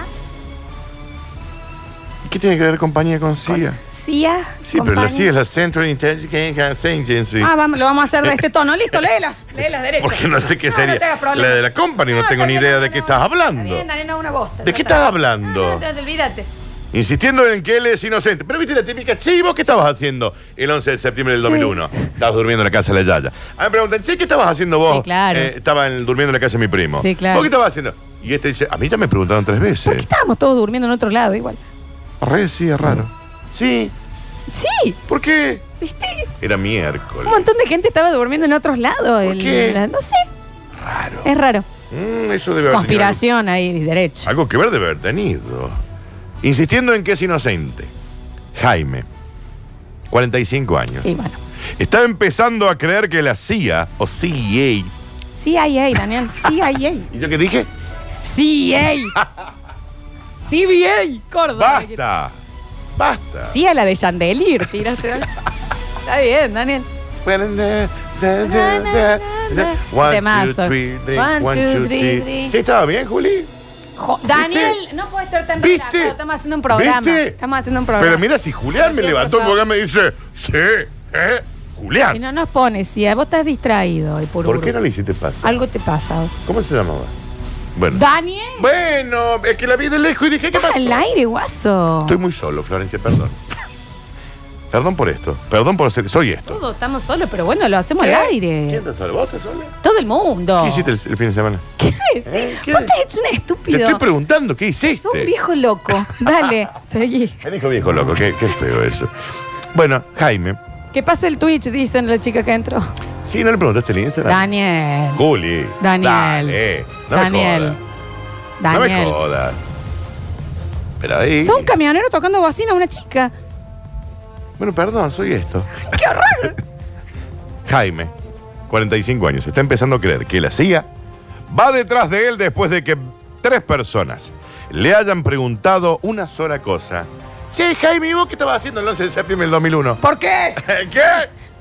[SPEAKER 2] ¿Y ¿Qué tiene que ver compañía con CIA?
[SPEAKER 1] ¿Cia?
[SPEAKER 2] Sí, pero la
[SPEAKER 1] compañía.
[SPEAKER 2] CIA es la Central Intelligence Agency.
[SPEAKER 1] Ah, vamos, lo vamos a hacer de este tono. Listo, léelas, léelas derechas.
[SPEAKER 2] Eh, Porque no sé qué
[SPEAKER 1] No,
[SPEAKER 2] sería.
[SPEAKER 1] no te hagas problema.
[SPEAKER 2] la de la company, no,
[SPEAKER 1] No,
[SPEAKER 2] tengo
[SPEAKER 1] está
[SPEAKER 2] ni
[SPEAKER 1] bien,
[SPEAKER 2] idea
[SPEAKER 1] no,
[SPEAKER 2] de qué estás
[SPEAKER 1] Está
[SPEAKER 2] hablando.
[SPEAKER 1] bien, dale, no, una bosta.
[SPEAKER 2] ¿De
[SPEAKER 1] ya
[SPEAKER 2] qué
[SPEAKER 1] está.
[SPEAKER 2] estás
[SPEAKER 1] No,
[SPEAKER 2] hablando?
[SPEAKER 1] no, no, olvídate.
[SPEAKER 2] Insistiendo en que él es inocente. Pero viste la típica, che, ¿y vos qué estabas haciendo el 11 de septiembre
[SPEAKER 1] Sí.
[SPEAKER 2] del 2001? Estabas durmiendo en la casa de la Yaya. Ah, me preguntan, che, ¿qué estabas haciendo vos?
[SPEAKER 1] Sí, claro.
[SPEAKER 2] Eh, estaba en- durmiendo en la casa de mi primo.
[SPEAKER 1] Sí, claro.
[SPEAKER 2] ¿Vos qué estabas haciendo? Y este dice, a mí ya me preguntaron tres veces.
[SPEAKER 1] Estábamos todos durmiendo en otro lado, igual.
[SPEAKER 2] Re, sí, es raro. Sí,
[SPEAKER 1] Sí,
[SPEAKER 2] ¿por qué?
[SPEAKER 1] viste,
[SPEAKER 2] Era
[SPEAKER 1] un
[SPEAKER 2] miércoles.
[SPEAKER 1] montón de gente estaba durmiendo en otros lados. El-
[SPEAKER 2] qué?
[SPEAKER 1] la- no sé. Raro. Es raro.
[SPEAKER 2] Mm, eso debe haber tenido
[SPEAKER 1] Conspiración ahí, derecho.
[SPEAKER 2] algo, algo que ver debe haber tenido. Insistiendo en que es inocente. Jaime, 45 años.
[SPEAKER 1] Y bueno.
[SPEAKER 2] Está empezando a creer que la CIA o CIA.
[SPEAKER 1] CIA, Daniel. CIA.
[SPEAKER 2] ¿Y yo qué dije?
[SPEAKER 1] CIA. CBA. Córdoba.
[SPEAKER 2] Basta. Basta.
[SPEAKER 1] Sí a la de Chandelir, tiraste. Está bien, Daniel. Temazo. One, two, three, three.
[SPEAKER 2] ¿Sí estaba bien, Juli?
[SPEAKER 1] Jo- Daniel, no puedes estar tan
[SPEAKER 2] ¿Viste?
[SPEAKER 1] relajado. Estamos haciendo un programa.
[SPEAKER 2] ¿Viste?
[SPEAKER 1] Estamos haciendo un programa.
[SPEAKER 2] Pero mira, si Julián me
[SPEAKER 1] Por
[SPEAKER 2] levantó el
[SPEAKER 1] favor.
[SPEAKER 2] programa y dice, sí, eh,
[SPEAKER 1] Y
[SPEAKER 2] Julián.
[SPEAKER 1] no nos pones, si a vos estás distraído hoy, por
[SPEAKER 2] ¿Por qué no le hiciste paso?
[SPEAKER 1] Algo te pasa. hoy.
[SPEAKER 2] ¿Cómo se llamaba? Bueno.
[SPEAKER 1] Daniel.
[SPEAKER 2] Bueno, es que la vi de lejos y dije, ¿qué
[SPEAKER 1] Está
[SPEAKER 2] pasó?
[SPEAKER 1] al aire, guaso.
[SPEAKER 2] Estoy muy solo, Florencia, perdón. Perdón por esto. Perdón por ser. Soy esto.
[SPEAKER 1] Todos estamos solos, pero bueno, lo hacemos
[SPEAKER 2] ¿Qué?
[SPEAKER 1] al aire.
[SPEAKER 2] ¿Quién te solo? ¿Vos estás solo?
[SPEAKER 1] Todo el mundo.
[SPEAKER 2] ¿Qué hiciste el, el fin de semana?
[SPEAKER 1] ¿Qué? Sí. Vos te has hecho un estúpido.
[SPEAKER 2] Te estoy preguntando, ¿qué hiciste?
[SPEAKER 1] Sos un viejo loco. Dale, seguí.
[SPEAKER 2] Me dijo viejo loco, qué, qué feo eso. Bueno, Jaime.
[SPEAKER 1] Que pase el Twitch, dicen la chica que entró.
[SPEAKER 2] Sí, no le preguntaste el Instagram.
[SPEAKER 1] Daniel.
[SPEAKER 2] Juli.
[SPEAKER 1] Daniel.
[SPEAKER 2] Dale, no
[SPEAKER 1] Daniel.
[SPEAKER 2] me jodas. No me
[SPEAKER 1] Daniel.
[SPEAKER 2] jodas. Pero ahí.
[SPEAKER 1] Son camioneros tocando bocina a una chica.
[SPEAKER 2] Bueno, perdón, soy esto.
[SPEAKER 1] ¡Qué horror!
[SPEAKER 2] Jaime, 45 años, está empezando a creer que la CIA va detrás de él después de que tres personas le hayan preguntado una sola cosa. Che, Jaime, ¿y vos qué estabas haciendo el 11 de septiembre del 2001?
[SPEAKER 1] ¿Por qué?
[SPEAKER 2] ¿Qué?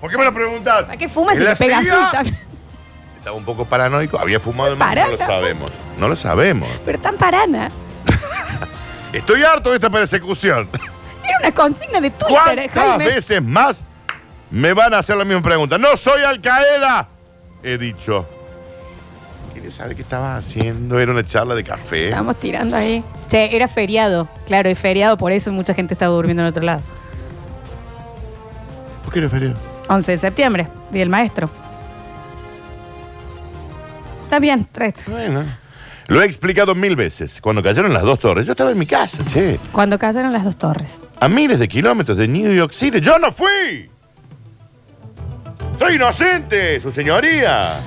[SPEAKER 2] ¿Por qué me lo preguntás?
[SPEAKER 1] ¿Para qué fumas y
[SPEAKER 2] ¿La
[SPEAKER 1] le pegas
[SPEAKER 2] CIA?
[SPEAKER 1] así? Tan-
[SPEAKER 2] Estaba un poco paranoico, había fumado más,
[SPEAKER 1] Pará,
[SPEAKER 2] no lo
[SPEAKER 1] no.
[SPEAKER 2] sabemos. No lo sabemos.
[SPEAKER 1] Pero tan parana.
[SPEAKER 2] Estoy harto de esta persecución.
[SPEAKER 1] Era una consigna de Twitter, eh,
[SPEAKER 2] ¿Cuántas
[SPEAKER 1] Jaime.
[SPEAKER 2] veces más me van a hacer la misma pregunta? No soy Al Qaeda, he dicho. ¿Quieres saber qué estaba haciendo? Era una charla de café.
[SPEAKER 1] Estamos tirando ahí. Che, era feriado. Claro, es feriado, por eso mucha gente estaba durmiendo en otro lado.
[SPEAKER 2] ¿Por qué era feriado?
[SPEAKER 1] 11 de septiembre, Día del Maestro. Está bien, tres.
[SPEAKER 2] Lo he explicado mil veces. Cuando cayeron las dos torres, yo estaba en mi casa, che.
[SPEAKER 1] Cuando cayeron las dos torres.
[SPEAKER 2] A miles de kilómetros de New York City. ¡Yo no fui! ¡Soy inocente, su señoría!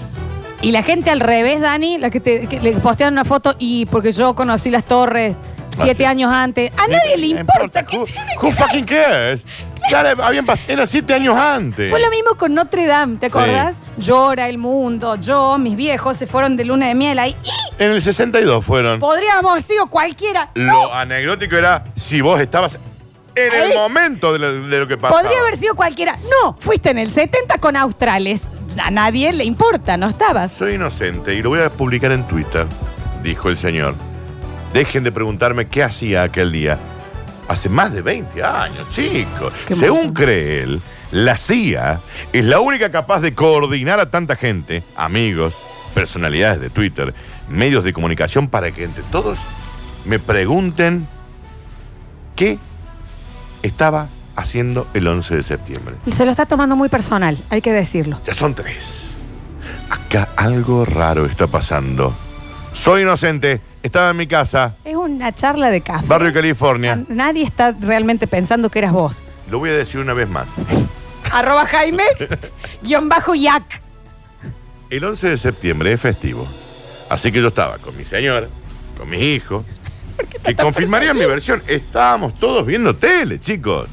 [SPEAKER 1] Y la gente al revés, Dani, la que, te, que le postearon una foto y porque yo conocí las torres
[SPEAKER 2] Ah,
[SPEAKER 1] siete años antes. A nadie le importa. ¿qué tiene
[SPEAKER 2] Em, Who
[SPEAKER 1] que ver?
[SPEAKER 2] fucking cares? Ya le habían pas- Era siete años antes.
[SPEAKER 1] Fue lo mismo con Notre Dame, ¿te
[SPEAKER 2] Sí.
[SPEAKER 1] acordás? Llora el mundo, yo, mis viejos se fueron de luna de miel ahí. ¡Y!
[SPEAKER 2] En el 62 fueron.
[SPEAKER 1] Podríamos haber sido cualquiera.
[SPEAKER 2] Lo anecdótico era si vos estabas en el
[SPEAKER 1] Ahí.
[SPEAKER 2] momento de lo, de lo que pasaba.
[SPEAKER 1] Podría haber sido cualquiera. No, fuiste en el 70 con Australes. A nadie le importa, no estabas.
[SPEAKER 2] Soy inocente y lo voy a publicar en Twitter, dijo el señor. Dejen de preguntarme qué hacía aquel día. Hace más de 20 años, chicos.
[SPEAKER 1] Qué
[SPEAKER 2] Según
[SPEAKER 1] montón.
[SPEAKER 2] cree él, la CIA es la única capaz de coordinar a tanta gente, amigos, personalidades de Twitter, medios de comunicación, para que entre todos me pregunten qué estaba haciendo el 11 de septiembre.
[SPEAKER 1] Y se lo está tomando muy personal, hay que decirlo.
[SPEAKER 2] Ya son tres. Acá algo raro está pasando. Soy inocente. Estaba en mi casa,
[SPEAKER 1] Es una charla de café.
[SPEAKER 2] Barrio California.
[SPEAKER 1] Nadie está realmente pensando que eras vos.
[SPEAKER 2] Lo voy a decir una vez más.
[SPEAKER 1] Arroba Jaime, guión bajo Yak.
[SPEAKER 2] El 11 de septiembre es festivo. Así que yo estaba con mi señora, con mis hijos, que confirmarían mi versión. Estábamos todos viendo tele, chicos.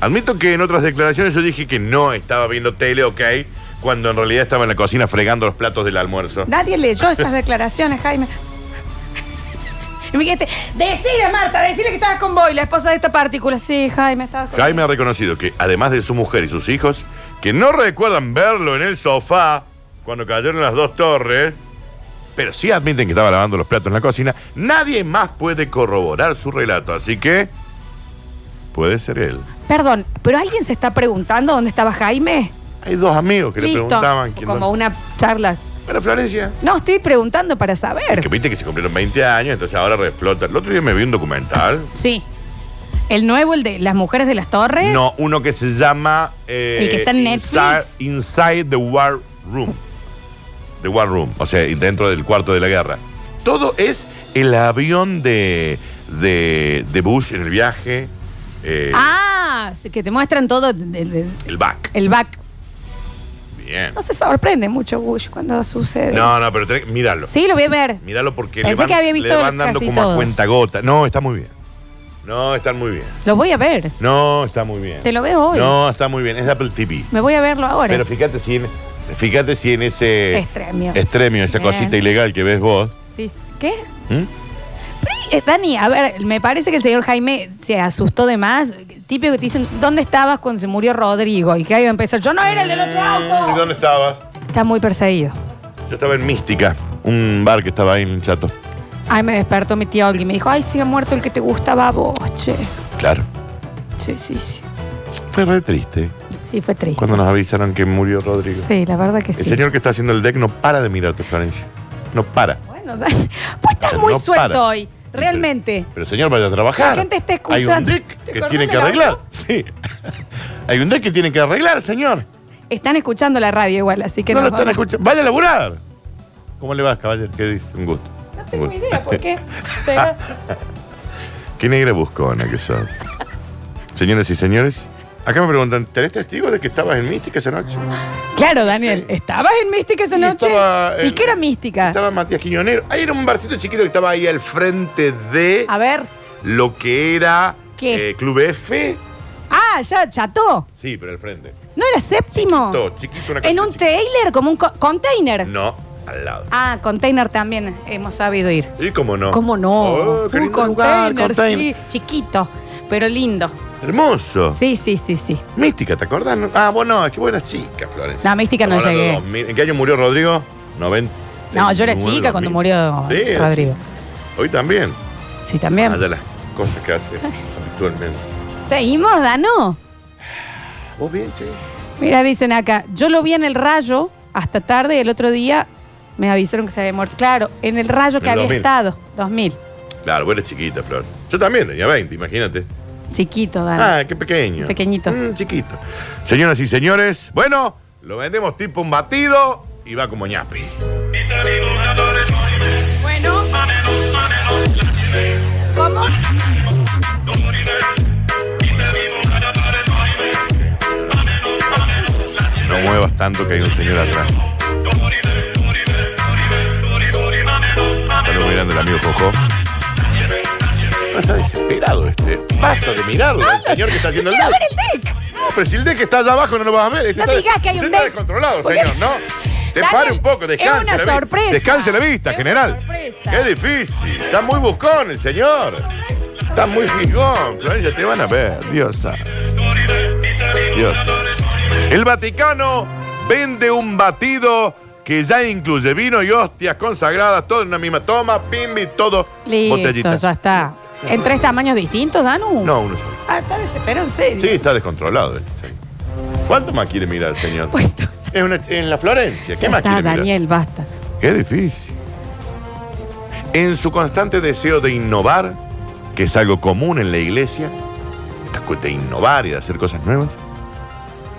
[SPEAKER 2] Admito que en otras declaraciones yo dije que no estaba viendo tele, ok, cuando en realidad estaba en la cocina fregando los platos del almuerzo.
[SPEAKER 1] Nadie leyó esas declaraciones, Jaime. Y me dijiste, decile, Marta, decile que estabas con Boy, la esposa de esta partícula. Sí, Jaime, estabas con
[SPEAKER 2] Jaime ha reconocido que, además de su mujer y sus hijos, que no recuerdan verlo en el sofá cuando cayeron las dos torres, pero sí admiten que estaba lavando los platos en la cocina, nadie más puede corroborar su relato, así que puede ser él.
[SPEAKER 1] Perdón, pero alguien se está preguntando dónde estaba Jaime.
[SPEAKER 2] Hay dos amigos que le
[SPEAKER 1] Listo.
[SPEAKER 2] preguntaban quién
[SPEAKER 1] Como
[SPEAKER 2] no-
[SPEAKER 1] una charla.
[SPEAKER 2] Bueno, Florencia.
[SPEAKER 1] No, estoy preguntando para saber.
[SPEAKER 2] Que viste que se cumplieron 20 años, entonces ahora reflota. El otro día me vi un documental.
[SPEAKER 1] Sí. El nuevo, el de las mujeres de las torres.
[SPEAKER 2] No, uno que se llama. eh,
[SPEAKER 1] ¿Eh? El que está en Netflix.
[SPEAKER 2] Inside, Inside the War Room. The War Room, o sea, dentro del cuarto de la guerra. Todo es el avión de, de, de Bush en el viaje. eh,
[SPEAKER 1] Ah, sí, que te muestran todo de- de-
[SPEAKER 2] El back.
[SPEAKER 1] el back.
[SPEAKER 2] Bien.
[SPEAKER 1] No se sorprende mucho Bush cuando sucede.
[SPEAKER 2] No, no, pero tenés que- míralo.
[SPEAKER 1] Sí, lo voy a ver.
[SPEAKER 2] Míralo porque le
[SPEAKER 1] Pensé
[SPEAKER 2] van,
[SPEAKER 1] que había
[SPEAKER 2] le
[SPEAKER 1] visto
[SPEAKER 2] van dando
[SPEAKER 1] casi
[SPEAKER 2] como a
[SPEAKER 1] todos.
[SPEAKER 2] cuenta gota. No, está muy bien. No, están muy bien.
[SPEAKER 1] Lo voy a ver.
[SPEAKER 2] No, está muy bien.
[SPEAKER 1] Te lo veo hoy.
[SPEAKER 2] No, está muy bien. Es de Apple TV.
[SPEAKER 1] Me voy a verlo ahora.
[SPEAKER 2] Pero fíjate si en, fíjate si en ese
[SPEAKER 1] Extremio.
[SPEAKER 2] extremio, esa
[SPEAKER 1] Bien.
[SPEAKER 2] cosita ilegal que ves vos.
[SPEAKER 1] Sí, ¿Qué?
[SPEAKER 2] ¿Mm?
[SPEAKER 1] Eh, Dani, a ver, me parece que el señor Jaime se asustó de más. Típico que te dicen, ¿dónde estabas cuando se murió Rodrigo? Y que ahí va a empezar, yo no era el del otro auto.
[SPEAKER 2] ¿Y dónde estabas?
[SPEAKER 1] Está muy perseguido.
[SPEAKER 2] Yo estaba en Mística, un bar que estaba ahí en Chato.
[SPEAKER 1] Ay, me despertó mi tío Olga y me dijo, ay, sí, ha muerto el que te gustaba a vos, che.
[SPEAKER 2] Claro.
[SPEAKER 1] Sí, sí, sí.
[SPEAKER 2] Fue re triste
[SPEAKER 1] Sí, fue triste.
[SPEAKER 2] cuando nos avisaron que murió Rodrigo.
[SPEAKER 1] Sí, la verdad que sí.
[SPEAKER 2] El señor que está haciendo el deck no para de mirarte, Florencia. No para.
[SPEAKER 1] Bueno, Dani, vos estás
[SPEAKER 2] No
[SPEAKER 1] muy suelto
[SPEAKER 2] para.
[SPEAKER 1] hoy, realmente.
[SPEAKER 2] Pero señor, vaya a trabajar.
[SPEAKER 1] La gente está escuchando.
[SPEAKER 2] Hay un deck
[SPEAKER 1] ¿Te
[SPEAKER 2] que
[SPEAKER 1] acordás
[SPEAKER 2] tiene que
[SPEAKER 1] del
[SPEAKER 2] arreglar.
[SPEAKER 1] audio?
[SPEAKER 2] Sí. Hay un deck que tiene que arreglar, señor.
[SPEAKER 1] Están escuchando la radio igual, así que
[SPEAKER 2] no lo
[SPEAKER 1] nos
[SPEAKER 2] están
[SPEAKER 1] vamos.
[SPEAKER 2] escuchando. Vaya a laburar. ¿Cómo le vas, caballero? ¿Qué dice? Un gusto. No
[SPEAKER 1] tengo idea, ¿por qué? Será-
[SPEAKER 2] Qué negra buscona que sos. Señoras y señores, acá me preguntan, ¿tenés testigos de que estabas en Mística esa noche?
[SPEAKER 1] Ah. Claro, Daniel, ¿estabas en Mística esa
[SPEAKER 2] Y
[SPEAKER 1] noche?
[SPEAKER 2] estaba
[SPEAKER 1] ¿Y
[SPEAKER 2] el-
[SPEAKER 1] qué era Mística?
[SPEAKER 2] Estaba Matías Quiñonero. Ahí era un barcito chiquito que estaba ahí al frente de
[SPEAKER 1] A ver.
[SPEAKER 2] lo que era
[SPEAKER 1] Ah. ¿Qué?
[SPEAKER 2] eh, Club F.
[SPEAKER 1] Ah, ya, cható.
[SPEAKER 2] Sí, pero al frente.
[SPEAKER 1] ¿No era séptimo?
[SPEAKER 2] Todo chiquito, una cosa
[SPEAKER 1] ¿En un trailer? ¿Como un co- container?
[SPEAKER 2] No, al lado.
[SPEAKER 1] Ah, container también hemos sabido ir.
[SPEAKER 2] ¿Y cómo no?
[SPEAKER 1] ¿Cómo no?
[SPEAKER 2] Oh, qué
[SPEAKER 1] un
[SPEAKER 2] lindo lugar,
[SPEAKER 1] container,
[SPEAKER 2] container.
[SPEAKER 1] sí, chiquito, pero lindo.
[SPEAKER 2] Hermoso.
[SPEAKER 1] Sí, sí, sí, sí.
[SPEAKER 2] Mística, ¿te acordás? No- Ah, bueno, es que vos eras chica, Florencia.
[SPEAKER 1] No, mística no
[SPEAKER 2] Estamos hablando de
[SPEAKER 1] llegué.
[SPEAKER 2] 2000. ¿En qué año murió Rodrigo? 90.
[SPEAKER 1] No, yo era
[SPEAKER 2] 99,
[SPEAKER 1] chica cuando
[SPEAKER 2] 2000.
[SPEAKER 1] murió
[SPEAKER 2] Sí, era
[SPEAKER 1] Rodrigo. Em.
[SPEAKER 2] chica. Hoy también.
[SPEAKER 1] Sí, también.
[SPEAKER 2] Ah, ya las cosas que hace habitualmente.
[SPEAKER 1] ¿Seguimos, Dano?
[SPEAKER 2] ¿Vos bien, che?
[SPEAKER 1] Mira, dicen acá, yo lo vi en el rayo hasta tarde y el otro día me avisaron que se había muerto. Claro, en el rayo
[SPEAKER 2] En
[SPEAKER 1] que
[SPEAKER 2] el
[SPEAKER 1] había
[SPEAKER 2] 2000.
[SPEAKER 1] estado, 2000.
[SPEAKER 2] Claro, vos eras chiquita, Flor. Yo también tenía 20, imagínate.
[SPEAKER 1] Chiquito, Dano.
[SPEAKER 2] Ah, qué pequeño. Mm,
[SPEAKER 1] Pequeñito.
[SPEAKER 2] chiquito. Señoras y señores, bueno, lo vendemos tipo un batido y va como ñapi.
[SPEAKER 1] Bueno. ¿Cómo?
[SPEAKER 2] No muevas tanto que hay un señor atrás. Saludos muy grande al amigo Coco. No, está desesperado este. Basta de mirarlo al señor que está haciendo el
[SPEAKER 1] quiero
[SPEAKER 2] deck.
[SPEAKER 1] ver el deck.
[SPEAKER 2] No, pero si el deck está allá abajo no lo vas a ver. Este
[SPEAKER 1] No
[SPEAKER 2] está,
[SPEAKER 1] digas que hay
[SPEAKER 2] usted
[SPEAKER 1] un
[SPEAKER 2] está
[SPEAKER 1] deck.
[SPEAKER 2] descontrolado,
[SPEAKER 1] Porque-
[SPEAKER 2] señor, ¿no? Te
[SPEAKER 1] Daniel,
[SPEAKER 2] pare un poco,
[SPEAKER 1] es
[SPEAKER 2] descanse
[SPEAKER 1] una
[SPEAKER 2] la vista.
[SPEAKER 1] sorpresa.
[SPEAKER 2] Descanse la vista,
[SPEAKER 1] Es una
[SPEAKER 2] general.
[SPEAKER 1] sorpresa.
[SPEAKER 2] Qué difícil. Está muy buscón el señor. Está muy fijón. Florencia, te van a ver. Diosa. Dios. El Vaticano vende un batido que ya incluye vino y hostias consagradas, todo en una misma toma, pimbi, todo.
[SPEAKER 1] Listo,
[SPEAKER 2] botellita.
[SPEAKER 1] ya está. ¿En tres tamaños distintos, Danu?
[SPEAKER 2] No, uno solo.
[SPEAKER 1] Ah, está desesperado, en serio.
[SPEAKER 2] Sí, está descontrolado. este señor. ¿Cuánto más quiere mirar el señor? Es una- en la Florencia, ¿qué
[SPEAKER 1] Ya
[SPEAKER 2] más
[SPEAKER 1] está,
[SPEAKER 2] quiere mirar?
[SPEAKER 1] Daniel, basta.
[SPEAKER 2] Qué difícil. En su constante deseo de innovar, que es algo común en la iglesia, esta cu- de innovar y de hacer cosas nuevas,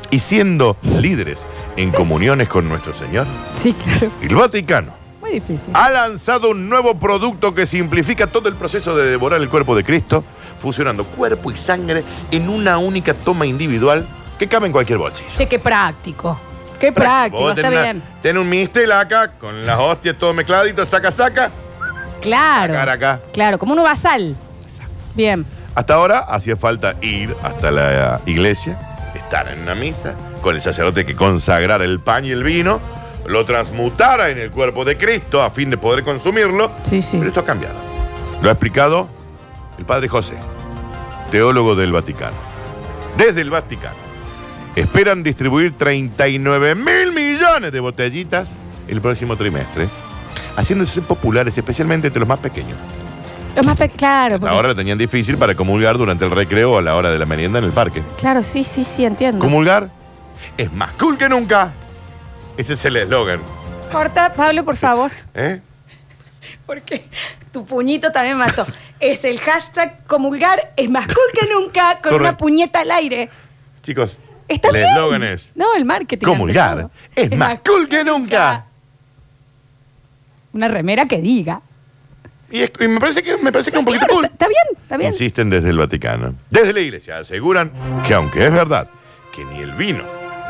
[SPEAKER 2] y siendo líderes en comuniones con nuestro Señor,
[SPEAKER 1] Sí, claro.
[SPEAKER 2] el Vaticano
[SPEAKER 1] Muy difícil.
[SPEAKER 2] ha lanzado un nuevo producto que simplifica todo el proceso de devorar el cuerpo de Cristo, fusionando cuerpo y sangre en una única toma individual que cabe en cualquier bolsillo.
[SPEAKER 1] Che, qué práctico. Qué práctico,
[SPEAKER 2] Vos
[SPEAKER 1] está
[SPEAKER 2] tenés una-
[SPEAKER 1] bien.
[SPEAKER 2] tenés un mistel acá, con las hostias todo mezcladito, saca, saca,
[SPEAKER 1] Claro.
[SPEAKER 2] cara acá.
[SPEAKER 1] Claro, como un basal. Bien.
[SPEAKER 2] Hasta ahora hacía falta ir hasta la iglesia, estar en una misa, con el sacerdote que consagrara el pan y el vino, lo transmutara en el cuerpo de Cristo a fin de poder consumirlo.
[SPEAKER 1] Sí, sí.
[SPEAKER 2] Pero esto ha cambiado. Lo ha explicado el padre José, teólogo del Vaticano. Desde el Vaticano. Esperan distribuir 39 mil millones de botellitas el próximo trimestre, haciéndose populares especialmente entre los más pequeños.
[SPEAKER 1] Lo más pe- claro. porque-
[SPEAKER 2] Ahora la tenían difícil para comulgar durante el recreo o a la hora de la merienda en el parque.
[SPEAKER 1] Claro, sí, sí, sí, entiendo.
[SPEAKER 2] Comulgar es más cool que nunca. Ese es el eslogan.
[SPEAKER 1] Corta, Pablo, por favor,
[SPEAKER 2] ¿eh?
[SPEAKER 1] porque tu puñito también mató. Es el hashtag comulgar es más cool que nunca con
[SPEAKER 2] Correcto.
[SPEAKER 1] una puñeta al aire.
[SPEAKER 2] Chicos,
[SPEAKER 1] Está
[SPEAKER 2] el
[SPEAKER 1] bien.
[SPEAKER 2] eslogan es
[SPEAKER 1] No, el marketing.
[SPEAKER 2] comulgar
[SPEAKER 1] antes de todo.
[SPEAKER 2] es más cool que nunca.
[SPEAKER 1] Una remera que diga.
[SPEAKER 2] Y, es- y me parece que me parece que
[SPEAKER 1] Sí,
[SPEAKER 2] un poquito
[SPEAKER 1] claro,
[SPEAKER 2] cool.
[SPEAKER 1] Está está bien, está bien.
[SPEAKER 2] Insisten desde el Vaticano. Desde la iglesia aseguran que aunque es verdad que ni el vino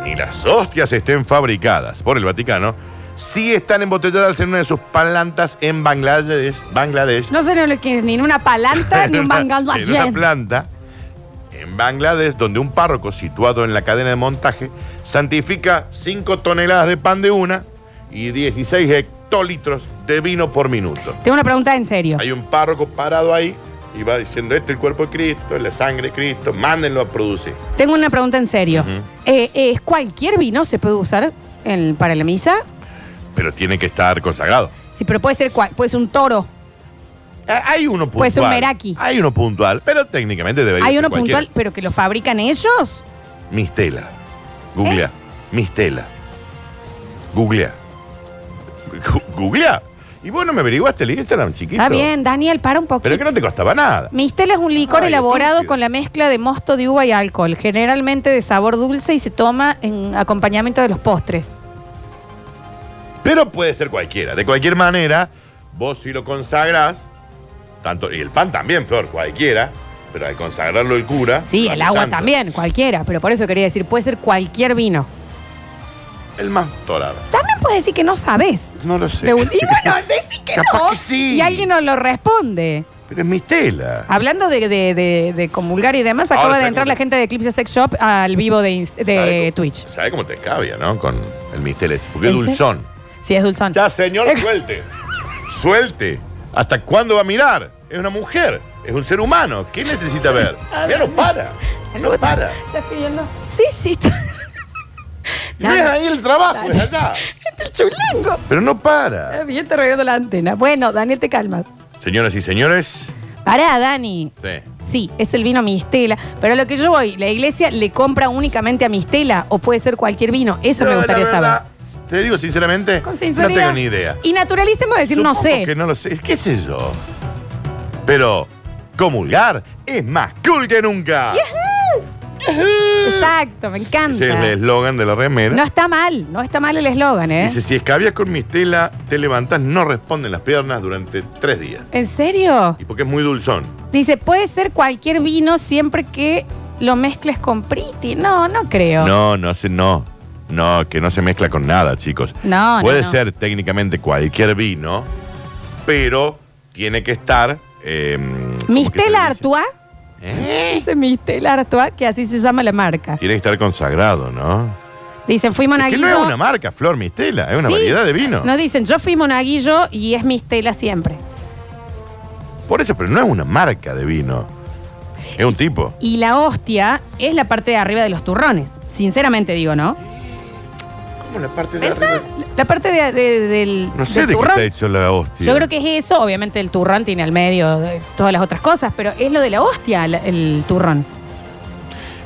[SPEAKER 2] ni las hostias estén fabricadas por el Vaticano, sí están embotelladas en una de sus plantas en Bangladesh. Bangladesh.
[SPEAKER 1] No sé no lo que es, ni en una palanta ni
[SPEAKER 2] en
[SPEAKER 1] un
[SPEAKER 2] una-
[SPEAKER 1] bangal
[SPEAKER 2] en una planta en Bangladesh donde un párroco situado en la cadena de montaje santifica 5 toneladas de pan de una y 16 hectolitros de vino por minuto.
[SPEAKER 1] Tengo una pregunta en serio.
[SPEAKER 2] Hay un párroco parado ahí y va diciendo, este es el cuerpo de Cristo, es la sangre de Cristo, mándenlo a producir.
[SPEAKER 1] Tengo una pregunta en serio.
[SPEAKER 2] Ujú.
[SPEAKER 1] Eh, eh, ¿Cualquier vino se puede usar en- para la misa?
[SPEAKER 2] Pero tiene que estar consagrado.
[SPEAKER 1] Sí, pero puede ser cual, puede ser un toro,
[SPEAKER 2] Eh, Hay uno puntual.
[SPEAKER 1] Puede ser Pues un meraki.
[SPEAKER 2] Hay uno puntual, pero técnicamente debería
[SPEAKER 1] hay
[SPEAKER 2] ser
[SPEAKER 1] uno
[SPEAKER 2] cualquiera.
[SPEAKER 1] puntual, pero que lo fabrican ellos.
[SPEAKER 2] Mistela. Googlea.
[SPEAKER 1] ¿Eh?
[SPEAKER 2] Mistela. Googlea. Gu- Googlea. Y vos no me averiguaste el Instagram, chiquito.
[SPEAKER 1] Está bien, Daniel, para un poquito.
[SPEAKER 2] Pero es que no te costaba nada.
[SPEAKER 1] Mistela es un licor
[SPEAKER 2] Ay,
[SPEAKER 1] elaborado
[SPEAKER 2] estúpido.
[SPEAKER 1] con la mezcla de mosto de uva y alcohol, generalmente de sabor dulce y se toma en acompañamiento de los postres.
[SPEAKER 2] Pero puede ser cualquiera. De cualquier manera, vos si lo consagrás, tanto, y el pan también, Flor, cualquiera, pero al consagrarlo el cura.
[SPEAKER 1] Sí,
[SPEAKER 2] lo
[SPEAKER 1] el
[SPEAKER 2] hace
[SPEAKER 1] agua
[SPEAKER 2] santo.
[SPEAKER 1] también, cualquiera, pero por eso quería decir, puede ser cualquier vino.
[SPEAKER 2] El más torado.
[SPEAKER 1] También puedes decir que no sabes.
[SPEAKER 2] No lo sé.
[SPEAKER 1] De un- y bueno, decí que
[SPEAKER 2] Capaz
[SPEAKER 1] no.
[SPEAKER 2] que sí.
[SPEAKER 1] Y alguien nos lo responde.
[SPEAKER 2] Pero es Mistela.
[SPEAKER 1] Hablando de, de- de- de comulgar y demás,
[SPEAKER 2] Ahora
[SPEAKER 1] acaba de
[SPEAKER 2] está
[SPEAKER 1] entrar
[SPEAKER 2] como-
[SPEAKER 1] la gente de Eclipse Sex Shop al vivo de, Inst- de Twitch.
[SPEAKER 2] ¿Sabes cómo te escabia, no? Con el Mistela. ese, Porque es
[SPEAKER 1] ¿Ese?
[SPEAKER 2] dulzón.
[SPEAKER 1] Sí, es dulzón.
[SPEAKER 2] Ya, señor, suelte. Suelte. ¿Hasta cuándo va a mirar? Es una mujer. Es un ser humano. ¿Qué necesita ver? Ya no para. No para.
[SPEAKER 1] ¿Estás pidiendo? Sí, sí. está-
[SPEAKER 2] Y no es ahí el trabajo, es allá.
[SPEAKER 1] El chulengo.
[SPEAKER 2] Pero no para.
[SPEAKER 1] Está Ah, Bien, te regalo la antena. Bueno, Daniel, te calmas.
[SPEAKER 2] Señoras y señores.
[SPEAKER 1] Pará, Dani.
[SPEAKER 2] Sí.
[SPEAKER 1] Sí, es el vino Mistela. Pero a lo que yo voy, ¿la iglesia le compra únicamente a Mistela o puede ser cualquier vino? Eso me
[SPEAKER 2] Yo,
[SPEAKER 1] gustaría
[SPEAKER 2] la
[SPEAKER 1] saber.
[SPEAKER 2] verdad, Te digo sinceramente,
[SPEAKER 1] Con
[SPEAKER 2] no
[SPEAKER 1] sinceridad.
[SPEAKER 2] tengo ni idea.
[SPEAKER 1] Y naturalicemos decir, no
[SPEAKER 2] Supongo
[SPEAKER 1] sé.
[SPEAKER 2] que no lo sé. ¿Qué sé yo? Pero comulgar es más cool que nunca.
[SPEAKER 1] Exacto, me encanta.
[SPEAKER 2] Ese es el eslogan de la remera.
[SPEAKER 1] No está mal, no está mal el eslogan, ¿eh?
[SPEAKER 2] Dice, si escabias con mistela, te levantas, no responden las piernas durante tres días.
[SPEAKER 1] ¿En serio?
[SPEAKER 2] Y porque es muy dulzón.
[SPEAKER 1] Dice, puede ser cualquier vino siempre que lo mezcles con Priti. No, no creo.
[SPEAKER 2] No, no sé, no. No, que no se mezcla con nada, chicos.
[SPEAKER 1] No, no,
[SPEAKER 2] Puede
[SPEAKER 1] no.
[SPEAKER 2] ser técnicamente cualquier vino, pero tiene que estar. eh,
[SPEAKER 1] Mistela Artois.
[SPEAKER 2] ¿eh?
[SPEAKER 1] Dice Mistela Artois, que así se llama la marca.
[SPEAKER 2] Tiene que estar consagrado, ¿no?
[SPEAKER 1] Dicen, fui
[SPEAKER 2] Es que
[SPEAKER 1] monaguillo.
[SPEAKER 2] no es una marca, Flor Mistela, es una
[SPEAKER 1] Sí.
[SPEAKER 2] variedad de vino.
[SPEAKER 1] No dicen, yo fui monaguillo y es Mistela siempre.
[SPEAKER 2] Por eso, pero no es una marca de vino. Es un tipo.
[SPEAKER 1] Y la hostia es la parte de arriba de los turrones. Sinceramente digo, ¿no?
[SPEAKER 2] ¿Cómo la parte
[SPEAKER 1] de La parte de- de- del,
[SPEAKER 2] No sé
[SPEAKER 1] del
[SPEAKER 2] de qué
[SPEAKER 1] turrón.
[SPEAKER 2] está hecho la hostia.
[SPEAKER 1] Yo creo que es eso. Obviamente el turrón tiene al medio de todas las otras cosas, pero es lo de la hostia la- el turrón.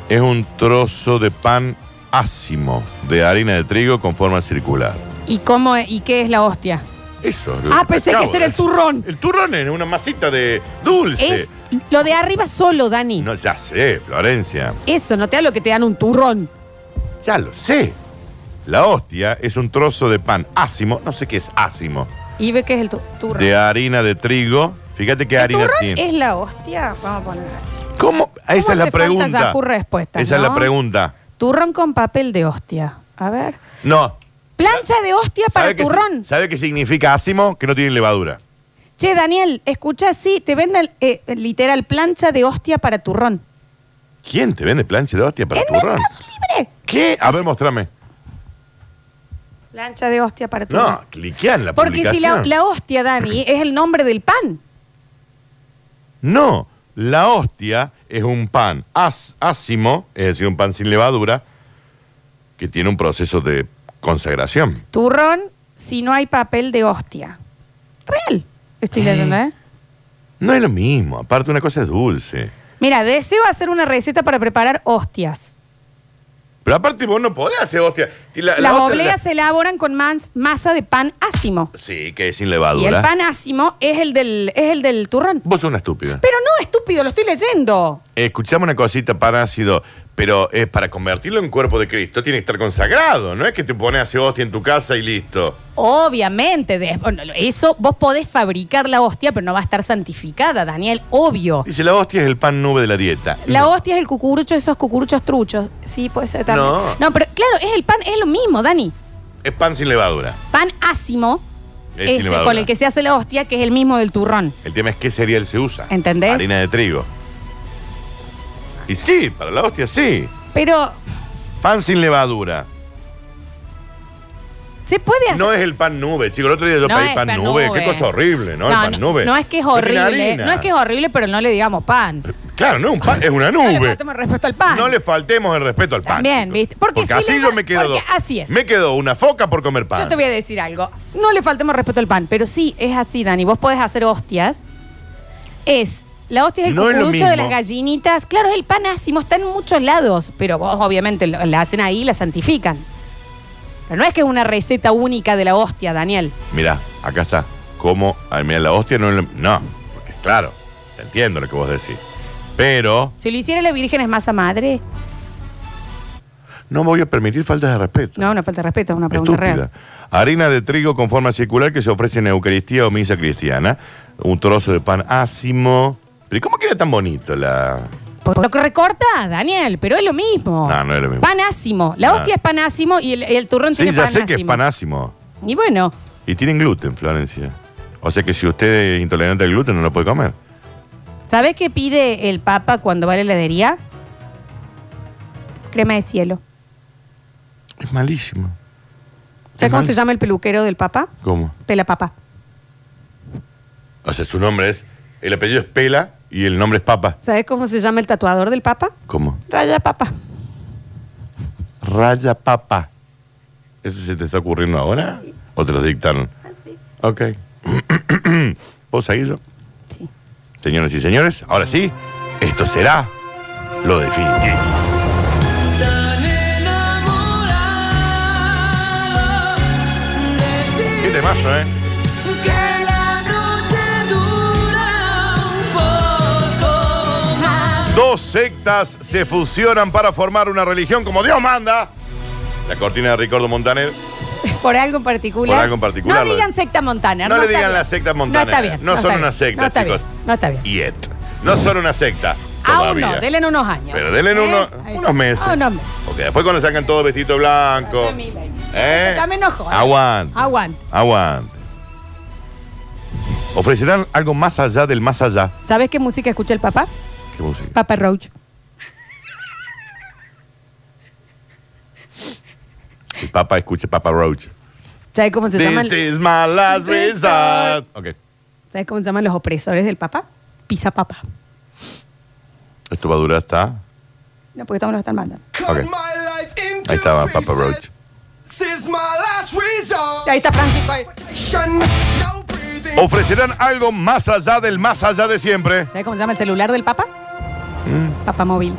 [SPEAKER 2] Es un trozo de pan ácimo de harina de trigo con forma circular.
[SPEAKER 1] ¿Y cómo es- y qué es la hostia?
[SPEAKER 2] Eso. es lo
[SPEAKER 1] Ah, pensé que
[SPEAKER 2] acabo
[SPEAKER 1] ese era
[SPEAKER 2] de
[SPEAKER 1] el
[SPEAKER 2] decir.
[SPEAKER 1] turrón.
[SPEAKER 2] El turrón es una masita de dulce.
[SPEAKER 1] Es lo de arriba solo, Dani.
[SPEAKER 2] No, ya sé, Florencia.
[SPEAKER 1] Eso, no te da lo que te dan un turrón.
[SPEAKER 2] Ya lo sé. La hostia es un trozo de pan ácimo, no sé qué es ácimo,
[SPEAKER 1] Y ve que es el tu- turrón.
[SPEAKER 2] de harina de trigo. Fíjate qué harina
[SPEAKER 1] ¿Turrón
[SPEAKER 2] tiene.
[SPEAKER 1] es la hostia? Vamos a poner así.
[SPEAKER 2] ¿Cómo? Ah, Esa
[SPEAKER 1] ¿Cómo
[SPEAKER 2] es la
[SPEAKER 1] hace falta
[SPEAKER 2] pregunta.
[SPEAKER 1] Yahoo respuesta,
[SPEAKER 2] Esa es
[SPEAKER 1] no?
[SPEAKER 2] la pregunta.
[SPEAKER 1] Turrón con papel de hostia. A ver.
[SPEAKER 2] No.
[SPEAKER 1] Plancha de hostia para
[SPEAKER 2] ¿Sabe qué,
[SPEAKER 1] turrón.
[SPEAKER 2] ¿Sabe qué significa ácimo? Que no tiene levadura.
[SPEAKER 1] Che, Daniel, escucha, sí, te venden eh, literal plancha de hostia para turrón.
[SPEAKER 2] ¿Quién te vende plancha de hostia para
[SPEAKER 1] En
[SPEAKER 2] turrón?
[SPEAKER 1] Libre.
[SPEAKER 2] ¿Qué? A ver, mostrame.
[SPEAKER 1] Plancha de hostia para turrón.
[SPEAKER 2] No, cliquea en la
[SPEAKER 1] Porque si la,
[SPEAKER 2] publicación.
[SPEAKER 1] la hostia, Dani, es el nombre del pan.
[SPEAKER 2] No, la hostia es un pan as- ácimo, es decir, un pan sin levadura, que tiene un proceso de consagración.
[SPEAKER 1] Turrón si no hay papel de hostia. Real. Estoy leyendo, ¿eh?
[SPEAKER 2] No es lo mismo, aparte una cosa es dulce.
[SPEAKER 1] Mira, deseo hacer una receta para preparar hostias.
[SPEAKER 2] Pero aparte vos no podés hacer hostia. Y la- la
[SPEAKER 1] Las
[SPEAKER 2] hostia-
[SPEAKER 1] obleas se elaboran con mans- masa de pan ácimo.
[SPEAKER 2] la- Sí, que es sin
[SPEAKER 1] Y el
[SPEAKER 2] levadura.
[SPEAKER 1] pan ácimo es el del, es el del turrón.
[SPEAKER 2] Vos sos una estúpida.
[SPEAKER 1] Pero no, estúpido, lo estoy leyendo.
[SPEAKER 2] Escuchame una cosita, pan ácido, pero es para convertirlo en cuerpo de Cristo tiene que estar consagrado, no es que te pones a hacer hostia en tu casa y listo.
[SPEAKER 1] Obviamente, de- bueno, eso vos podés fabricar la hostia, pero no va a estar santificada, Daniel, obvio.
[SPEAKER 2] Dice, la hostia es el pan nube de la dieta.
[SPEAKER 1] La hostia es el cucurucho, esos cucuruchos truchos. Sí, puede ser también.
[SPEAKER 2] No.
[SPEAKER 1] No, pero claro, es el pan, es lo mismo, Dani.
[SPEAKER 2] es pan sin levadura.
[SPEAKER 1] Pan ácimo,
[SPEAKER 2] Es
[SPEAKER 1] ese
[SPEAKER 2] sin levadura.
[SPEAKER 1] con el que se hace la hostia, que es el mismo del turrón.
[SPEAKER 2] El tema es qué cereal se usa.
[SPEAKER 1] ¿Entendés?
[SPEAKER 2] Harina de trigo. Y sí, para la hostia sí.
[SPEAKER 1] Pero
[SPEAKER 2] Pan sin levadura.
[SPEAKER 1] se puede hacer.
[SPEAKER 2] No es el pan nube, chicos. El otro día yo
[SPEAKER 1] No
[SPEAKER 2] pedí
[SPEAKER 1] es
[SPEAKER 2] pan,
[SPEAKER 1] pan
[SPEAKER 2] nube.
[SPEAKER 1] nube.
[SPEAKER 2] Qué cosa horrible, ¿no? el pan nube.
[SPEAKER 1] no es que es
[SPEAKER 2] tiene
[SPEAKER 1] horrible.
[SPEAKER 2] harina.
[SPEAKER 1] No es que es horrible, pero no le digamos pan.
[SPEAKER 2] Claro, no es un pan, es una
[SPEAKER 1] No le
[SPEAKER 2] nube.
[SPEAKER 1] faltemos el respeto al pan.
[SPEAKER 2] No le faltemos el respeto al pan.
[SPEAKER 1] También, ¿viste? Porque,
[SPEAKER 2] Porque
[SPEAKER 1] si
[SPEAKER 2] así
[SPEAKER 1] le
[SPEAKER 2] yo
[SPEAKER 1] da-
[SPEAKER 2] me quedo
[SPEAKER 1] porque
[SPEAKER 2] dos.
[SPEAKER 1] Así es.
[SPEAKER 2] Me quedo una foca por comer pan.
[SPEAKER 1] Yo te voy a decir algo. No le faltemos respeto al pan, pero sí, es así, Dani. Vos podés hacer hostias. Es. La hostia es el
[SPEAKER 2] No es lo
[SPEAKER 1] cucurucho de
[SPEAKER 2] mismo.
[SPEAKER 1] las gallinitas. Claro, es el pan ácimo, está en muchos lados, pero vos obviamente lo- la hacen ahí y la santifican. Pero no es que es una receta única de la hostia, Daniel.
[SPEAKER 2] Mirá, acá está. Como, ay, mira, la hostia no es lo- No, porque claro, te entiendo lo que vos decís. Pero
[SPEAKER 1] Si lo hiciera la Virgen es masa madre.
[SPEAKER 2] no me voy a permitir faltas de respeto.
[SPEAKER 1] No, una falta de respeto, es una pregunta real.
[SPEAKER 2] Estúpida. Harina de trigo con forma circular que se ofrece en Eucaristía o misa cristiana. Un trozo de pan ácimo. ¿Pero ¿y cómo queda tan bonito la.?
[SPEAKER 1] Por lo que recorta, Daniel, pero es lo mismo.
[SPEAKER 2] No, no era mi.
[SPEAKER 1] Pan ácimo. La
[SPEAKER 2] Ah.
[SPEAKER 1] hostia es pan ácimo y el, el turrón
[SPEAKER 2] Sí,
[SPEAKER 1] tiene
[SPEAKER 2] ya
[SPEAKER 1] pan
[SPEAKER 2] sé que es
[SPEAKER 1] ácimo.
[SPEAKER 2] pan ácimo.
[SPEAKER 1] Y bueno,
[SPEAKER 2] Y tienen gluten, Florencia. O sea que si usted es intolerante al gluten, no lo puede comer.
[SPEAKER 1] ¿sabés qué pide el Papa cuando va a la heladería? Crema de cielo.
[SPEAKER 2] Es malísimo.
[SPEAKER 1] ¿Sabes cómo
[SPEAKER 2] mal.
[SPEAKER 1] se llama el peluquero del Papa?
[SPEAKER 2] ¿Cómo?
[SPEAKER 1] Pela Papa.
[SPEAKER 2] O sea, su nombre es. El apellido es Pela y el nombre es Papa.
[SPEAKER 1] ¿Sabés cómo se llama el tatuador del Papa?
[SPEAKER 2] ¿Cómo?
[SPEAKER 1] Raya Papa.
[SPEAKER 2] Raya Papa. ¿Eso se te está ocurriendo ahora? ¿O te lo dictaron? Ok. ¿Puedo seguirlo? Sí. Señoras y señores, ahora sí, esto será lo definitivo. Qué temazo, ¿eh?
[SPEAKER 14] Que la noche dura un poco más.
[SPEAKER 2] Dos sectas se fusionan para formar una religión como Dios manda. La cortina de Ricardo Montaner.
[SPEAKER 1] ¿Por algo en particular?
[SPEAKER 2] Por algo en particular,
[SPEAKER 1] No
[SPEAKER 2] lo
[SPEAKER 1] digan
[SPEAKER 2] de-
[SPEAKER 1] secta Montaner.
[SPEAKER 2] No le
[SPEAKER 1] está
[SPEAKER 2] digan
[SPEAKER 1] bien.
[SPEAKER 2] la secta
[SPEAKER 1] No está
[SPEAKER 2] Montaner.
[SPEAKER 1] bien.
[SPEAKER 2] No
[SPEAKER 1] está
[SPEAKER 2] son
[SPEAKER 1] bien,
[SPEAKER 2] una secta,
[SPEAKER 1] no está
[SPEAKER 2] chicos.
[SPEAKER 1] bien, No está bien.
[SPEAKER 2] Yet. No son una secta.
[SPEAKER 1] Aún no,
[SPEAKER 2] todavía.
[SPEAKER 1] denle unos años. Eh,
[SPEAKER 2] Pero denle unos-
[SPEAKER 1] Ahí está.
[SPEAKER 2] unos meses.
[SPEAKER 1] Ah, unos meses.
[SPEAKER 2] Porque después cuando sacan todo vestido blanco. ¿Eh?
[SPEAKER 1] También no jodas.
[SPEAKER 2] Aguante.
[SPEAKER 1] Aguante.
[SPEAKER 2] Aguante. Ofrecerán algo más allá del más allá.
[SPEAKER 1] ¿Sabes qué música escucha el papá?
[SPEAKER 2] ¿Qué música?
[SPEAKER 1] Papa Roach.
[SPEAKER 2] El Papa escucha Papa Roach.
[SPEAKER 1] ¿Sabes cómo se
[SPEAKER 2] This
[SPEAKER 1] llaman?
[SPEAKER 2] is my last resort. Ok.
[SPEAKER 1] ¿Sabes cómo se llaman los opresores del papá? Pisa papá.
[SPEAKER 2] Esto va a durar hasta.
[SPEAKER 1] No, porque estamos lo están mandando.
[SPEAKER 2] Ok. Ahí estaba Papa Roach.
[SPEAKER 1] Ahí está Francisco.
[SPEAKER 2] Ofrecerán algo más allá del más allá de siempre.
[SPEAKER 1] ¿Sabes cómo se llama el celular del papá?
[SPEAKER 2] Mm.
[SPEAKER 1] Papá móvil.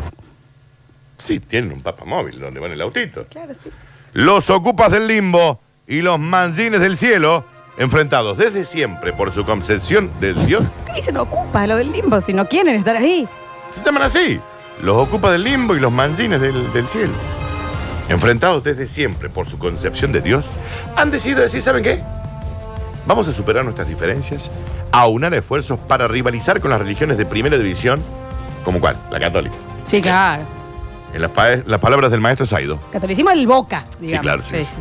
[SPEAKER 2] Sí, tienen un Papa móvil donde van el autito.
[SPEAKER 1] Claro, sí.
[SPEAKER 2] Los ocupas del limbo y los manjines del cielo, enfrentados desde siempre por su concepción del Dios,
[SPEAKER 1] ¿Qué dicen? Ocupa lo del limbo si no quieren estar ahí.
[SPEAKER 2] se llaman así. Los ocupas del limbo y los manjines del, del cielo, enfrentados desde siempre por su concepción de Dios, han decidido decir, ¿saben qué? Vamos a superar nuestras diferencias, a unar esfuerzos para rivalizar con las religiones de primera división, como cuál, la católica.
[SPEAKER 1] Sí, claro.
[SPEAKER 2] En las, pa- las palabras del maestro Saido.
[SPEAKER 1] Catolicismo el boca, digamos.
[SPEAKER 2] claro, sí, sí.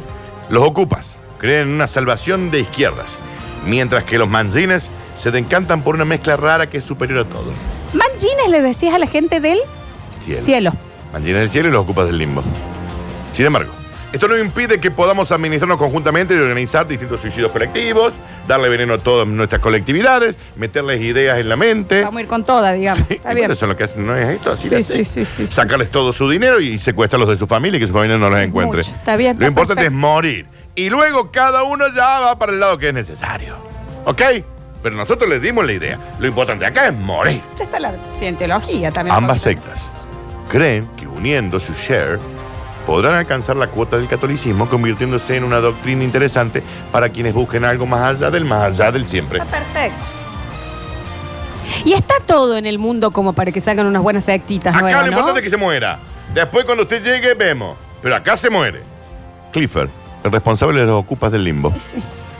[SPEAKER 2] Los ocupas creen en una salvación de izquierdas, mientras que los manzines se decantan por una mezcla rara que es superior a todo.
[SPEAKER 1] Mangines le decías a la gente del
[SPEAKER 2] Cielo.
[SPEAKER 1] cielo.
[SPEAKER 2] Manzines del cielo y los ocupas del limbo. Sin embargo, esto no impide que podamos administrarnos conjuntamente y organizar distintos suicidios colectivos, darle veneno a todas nuestras colectividades, meterles ideas en la mente.
[SPEAKER 1] Vamos a ir con toda, digamos. Está
[SPEAKER 2] Y
[SPEAKER 1] bien.
[SPEAKER 2] bueno, eso es lo que hacen, ¿no es esto? Así
[SPEAKER 1] Sí,
[SPEAKER 2] lo hacen.
[SPEAKER 1] sí, sí, sí, sí.
[SPEAKER 2] Sacarles todo su dinero y secuestrarlos de su familia y que su familia no los encuentre.
[SPEAKER 1] Está bien.
[SPEAKER 2] Lo
[SPEAKER 1] está
[SPEAKER 2] importante
[SPEAKER 1] perfecto.
[SPEAKER 2] es morir. Y luego cada uno ya va para el lado que es necesario. ¿Ok? Pero nosotros les dimos la idea. Lo importante acá es morir.
[SPEAKER 1] Ya está la cientología también.
[SPEAKER 2] Ambas sectas creen que uniendo su share podrán alcanzar la cuota del catolicismo convirtiéndose en una doctrina interesante para quienes busquen algo más allá del más allá del siempre.
[SPEAKER 1] Perfecto. Y está todo en el mundo como para que salgan unas buenas sectitas
[SPEAKER 2] Acá
[SPEAKER 1] nuevas,
[SPEAKER 2] lo
[SPEAKER 1] ¿no?
[SPEAKER 2] importante es que se muera. Después cuando usted llegue vemos. Pero acá se muere. Clifford, el responsable de los ocupas del limbo.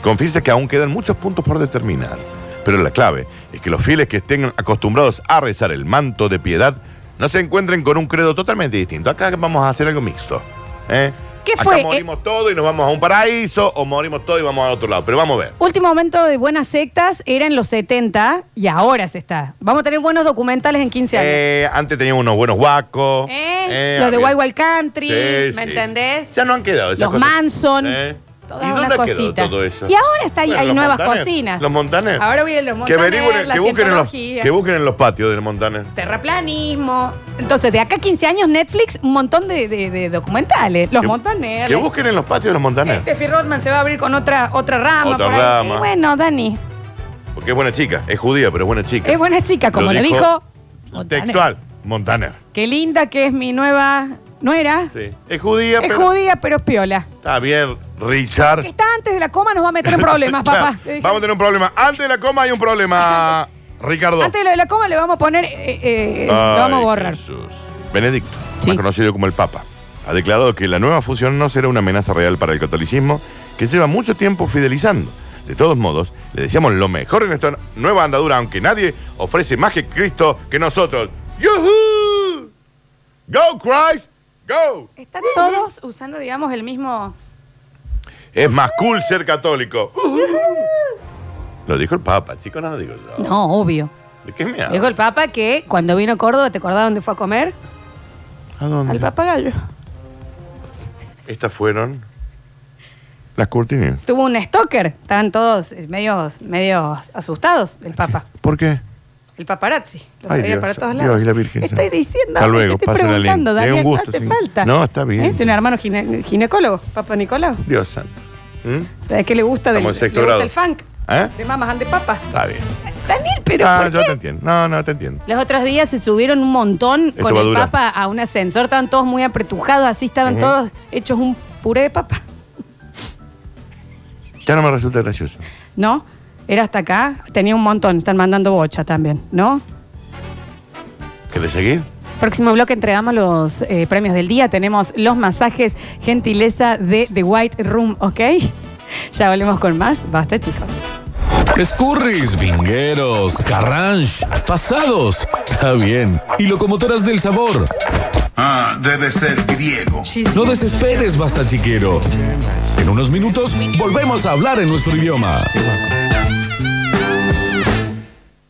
[SPEAKER 2] Confiesa que aún quedan muchos puntos por determinar. Pero la clave es que los fieles que estén acostumbrados a rezar el manto de piedad no se encuentren con un credo totalmente distinto. Acá vamos a hacer algo mixto. ¿eh?
[SPEAKER 1] ¿Qué
[SPEAKER 2] Acá
[SPEAKER 1] fue?
[SPEAKER 2] morimos todos y nos vamos a un paraíso o morimos todos y vamos a otro lado. Pero vamos a ver.
[SPEAKER 1] Último momento de buenas sectas era en los 70 y ahora se está. Vamos a tener buenos documentales en 15 años.
[SPEAKER 2] Eh, antes teníamos unos buenos guacos.
[SPEAKER 1] ¿Eh?
[SPEAKER 2] Eh,
[SPEAKER 1] los de
[SPEAKER 2] había-
[SPEAKER 1] Wild Wild Country,
[SPEAKER 2] Sí,
[SPEAKER 1] ¿me
[SPEAKER 2] sí.
[SPEAKER 1] entendés?
[SPEAKER 2] Ya no han quedado esas
[SPEAKER 1] Los
[SPEAKER 2] cosas.
[SPEAKER 1] Manson.
[SPEAKER 2] Eh.
[SPEAKER 1] Todas
[SPEAKER 2] ¿Y
[SPEAKER 1] unas
[SPEAKER 2] dónde quedó
[SPEAKER 1] cositas.
[SPEAKER 2] todo eso?
[SPEAKER 1] Y ahora está ahí,
[SPEAKER 2] Bueno,
[SPEAKER 1] hay
[SPEAKER 2] los
[SPEAKER 1] nuevas
[SPEAKER 2] montanes,
[SPEAKER 1] cocinas.
[SPEAKER 2] Los montanes.
[SPEAKER 1] Ahora vienen los
[SPEAKER 2] Que,
[SPEAKER 1] montanes,
[SPEAKER 2] averigüen,
[SPEAKER 1] la
[SPEAKER 2] que, busquen en los,
[SPEAKER 1] cientología.
[SPEAKER 2] que busquen en los patios de los montanes.
[SPEAKER 1] Terraplanismo. Entonces, de acá a 15 años, Netflix, un montón de, de- de documentales. Los
[SPEAKER 2] Que-
[SPEAKER 1] montanes. Este
[SPEAKER 2] Que busquen en los patios de los montanes.
[SPEAKER 1] Steffi Rodman se va a abrir con otra, otra rama.
[SPEAKER 2] Otra
[SPEAKER 1] por ahí.
[SPEAKER 2] rama.
[SPEAKER 1] Y bueno, Dani,
[SPEAKER 2] Porque es buena chica. Es judía, pero es buena chica.
[SPEAKER 1] es buena chica, como
[SPEAKER 2] Lo
[SPEAKER 1] le
[SPEAKER 2] dijo
[SPEAKER 1] dijo.
[SPEAKER 2] Textual. Montaner.
[SPEAKER 1] Qué linda que es mi nueva nuera.
[SPEAKER 2] Sí. Es judía,
[SPEAKER 1] es
[SPEAKER 2] pero.
[SPEAKER 1] judía, pero es piola.
[SPEAKER 2] Está bien, Richard.
[SPEAKER 1] Que está antes de la coma nos va a meter en problemas,
[SPEAKER 2] Claro,
[SPEAKER 1] papá. Te dije.
[SPEAKER 2] Vamos a tener un problema. Antes de la coma hay un problema, Ricardo.
[SPEAKER 1] Antes de lo de la coma le vamos a poner, eh, eh, lo vamos a
[SPEAKER 2] Ay,
[SPEAKER 1] borrar.
[SPEAKER 2] Jesús. Benedicto, más conocido como el Papa, ha declarado que la nueva fusión no será una amenaza real para el catolicismo, que lleva mucho tiempo fidelizando. De todos modos, le deseamos lo mejor en esta nueva andadura, aunque nadie ofrece más que Cristo que nosotros. ¡Yujú! ¡Go, Christ! ¡Go!
[SPEAKER 1] Están todos usando, digamos, el mismo.
[SPEAKER 2] Es más cool ser católico. Lo dijo el Papa, chico, no lo digo yo.
[SPEAKER 1] No, obvio.
[SPEAKER 2] ¿De qué me hablas?
[SPEAKER 1] Dijo el Papa que cuando vino a Córdoba, ¿te acordás dónde fue a comer?
[SPEAKER 2] ¿A dónde?
[SPEAKER 1] Al papagayo.
[SPEAKER 2] Estas fueron las cortinas.
[SPEAKER 1] Tuvo un stalker. Estaban todos eh, medios, medios asustados, el Papa.
[SPEAKER 2] ¿Por qué?
[SPEAKER 1] El paparazzi. Lo
[SPEAKER 2] Ay,
[SPEAKER 1] sabía
[SPEAKER 2] Dios,
[SPEAKER 1] para todos
[SPEAKER 2] Dios
[SPEAKER 1] lados.
[SPEAKER 2] y la Virgen.
[SPEAKER 1] Estoy diciendo.
[SPEAKER 2] Hasta luego,
[SPEAKER 1] estoy
[SPEAKER 2] pase la
[SPEAKER 1] preguntando,
[SPEAKER 2] línea. Es
[SPEAKER 1] Daniel.
[SPEAKER 2] un gusto,
[SPEAKER 1] no hace
[SPEAKER 2] sí.
[SPEAKER 1] falta.
[SPEAKER 2] No, está bien.
[SPEAKER 1] ¿Eh? Tiene un hermano gine- ginecólogo, Papa Nicolau.
[SPEAKER 2] Dios santo. ¿Mm?
[SPEAKER 1] ¿Sabes qué le gusta del
[SPEAKER 2] Estamos en sexto
[SPEAKER 1] le gusta
[SPEAKER 2] grado.
[SPEAKER 1] el funk?
[SPEAKER 2] ¿Eh?
[SPEAKER 1] De mamas and de papas.
[SPEAKER 2] Está bien.
[SPEAKER 1] Daniel, pero
[SPEAKER 2] Ah,
[SPEAKER 1] ¿por
[SPEAKER 2] yo
[SPEAKER 1] qué?
[SPEAKER 2] te entiendo. No, no, te entiendo.
[SPEAKER 1] Los otros días se subieron un montón
[SPEAKER 2] Esto
[SPEAKER 1] con
[SPEAKER 2] va a
[SPEAKER 1] el
[SPEAKER 2] durar.
[SPEAKER 1] papa a un ascensor, estaban todos muy apretujados, así estaban
[SPEAKER 2] Ujú.
[SPEAKER 1] todos hechos un puré de papa,
[SPEAKER 2] Ya no me resulta gracioso.
[SPEAKER 1] ¿no? Era hasta acá, tenía un montón, están mandando bocha también, ¿no?
[SPEAKER 2] ¿Querés seguir?
[SPEAKER 1] Próximo bloque entregamos los eh, premios del día, tenemos los masajes gentileza de The White Room, ¿ok? Ya volvemos con más, basta chicos.
[SPEAKER 13] Escurris, vingueros, carranche, pasados. Está bien. Y locomotoras del sabor. Ah, debe ser griego. No desesperes, basta chiquero. En unos minutos volvemos a hablar en nuestro idioma.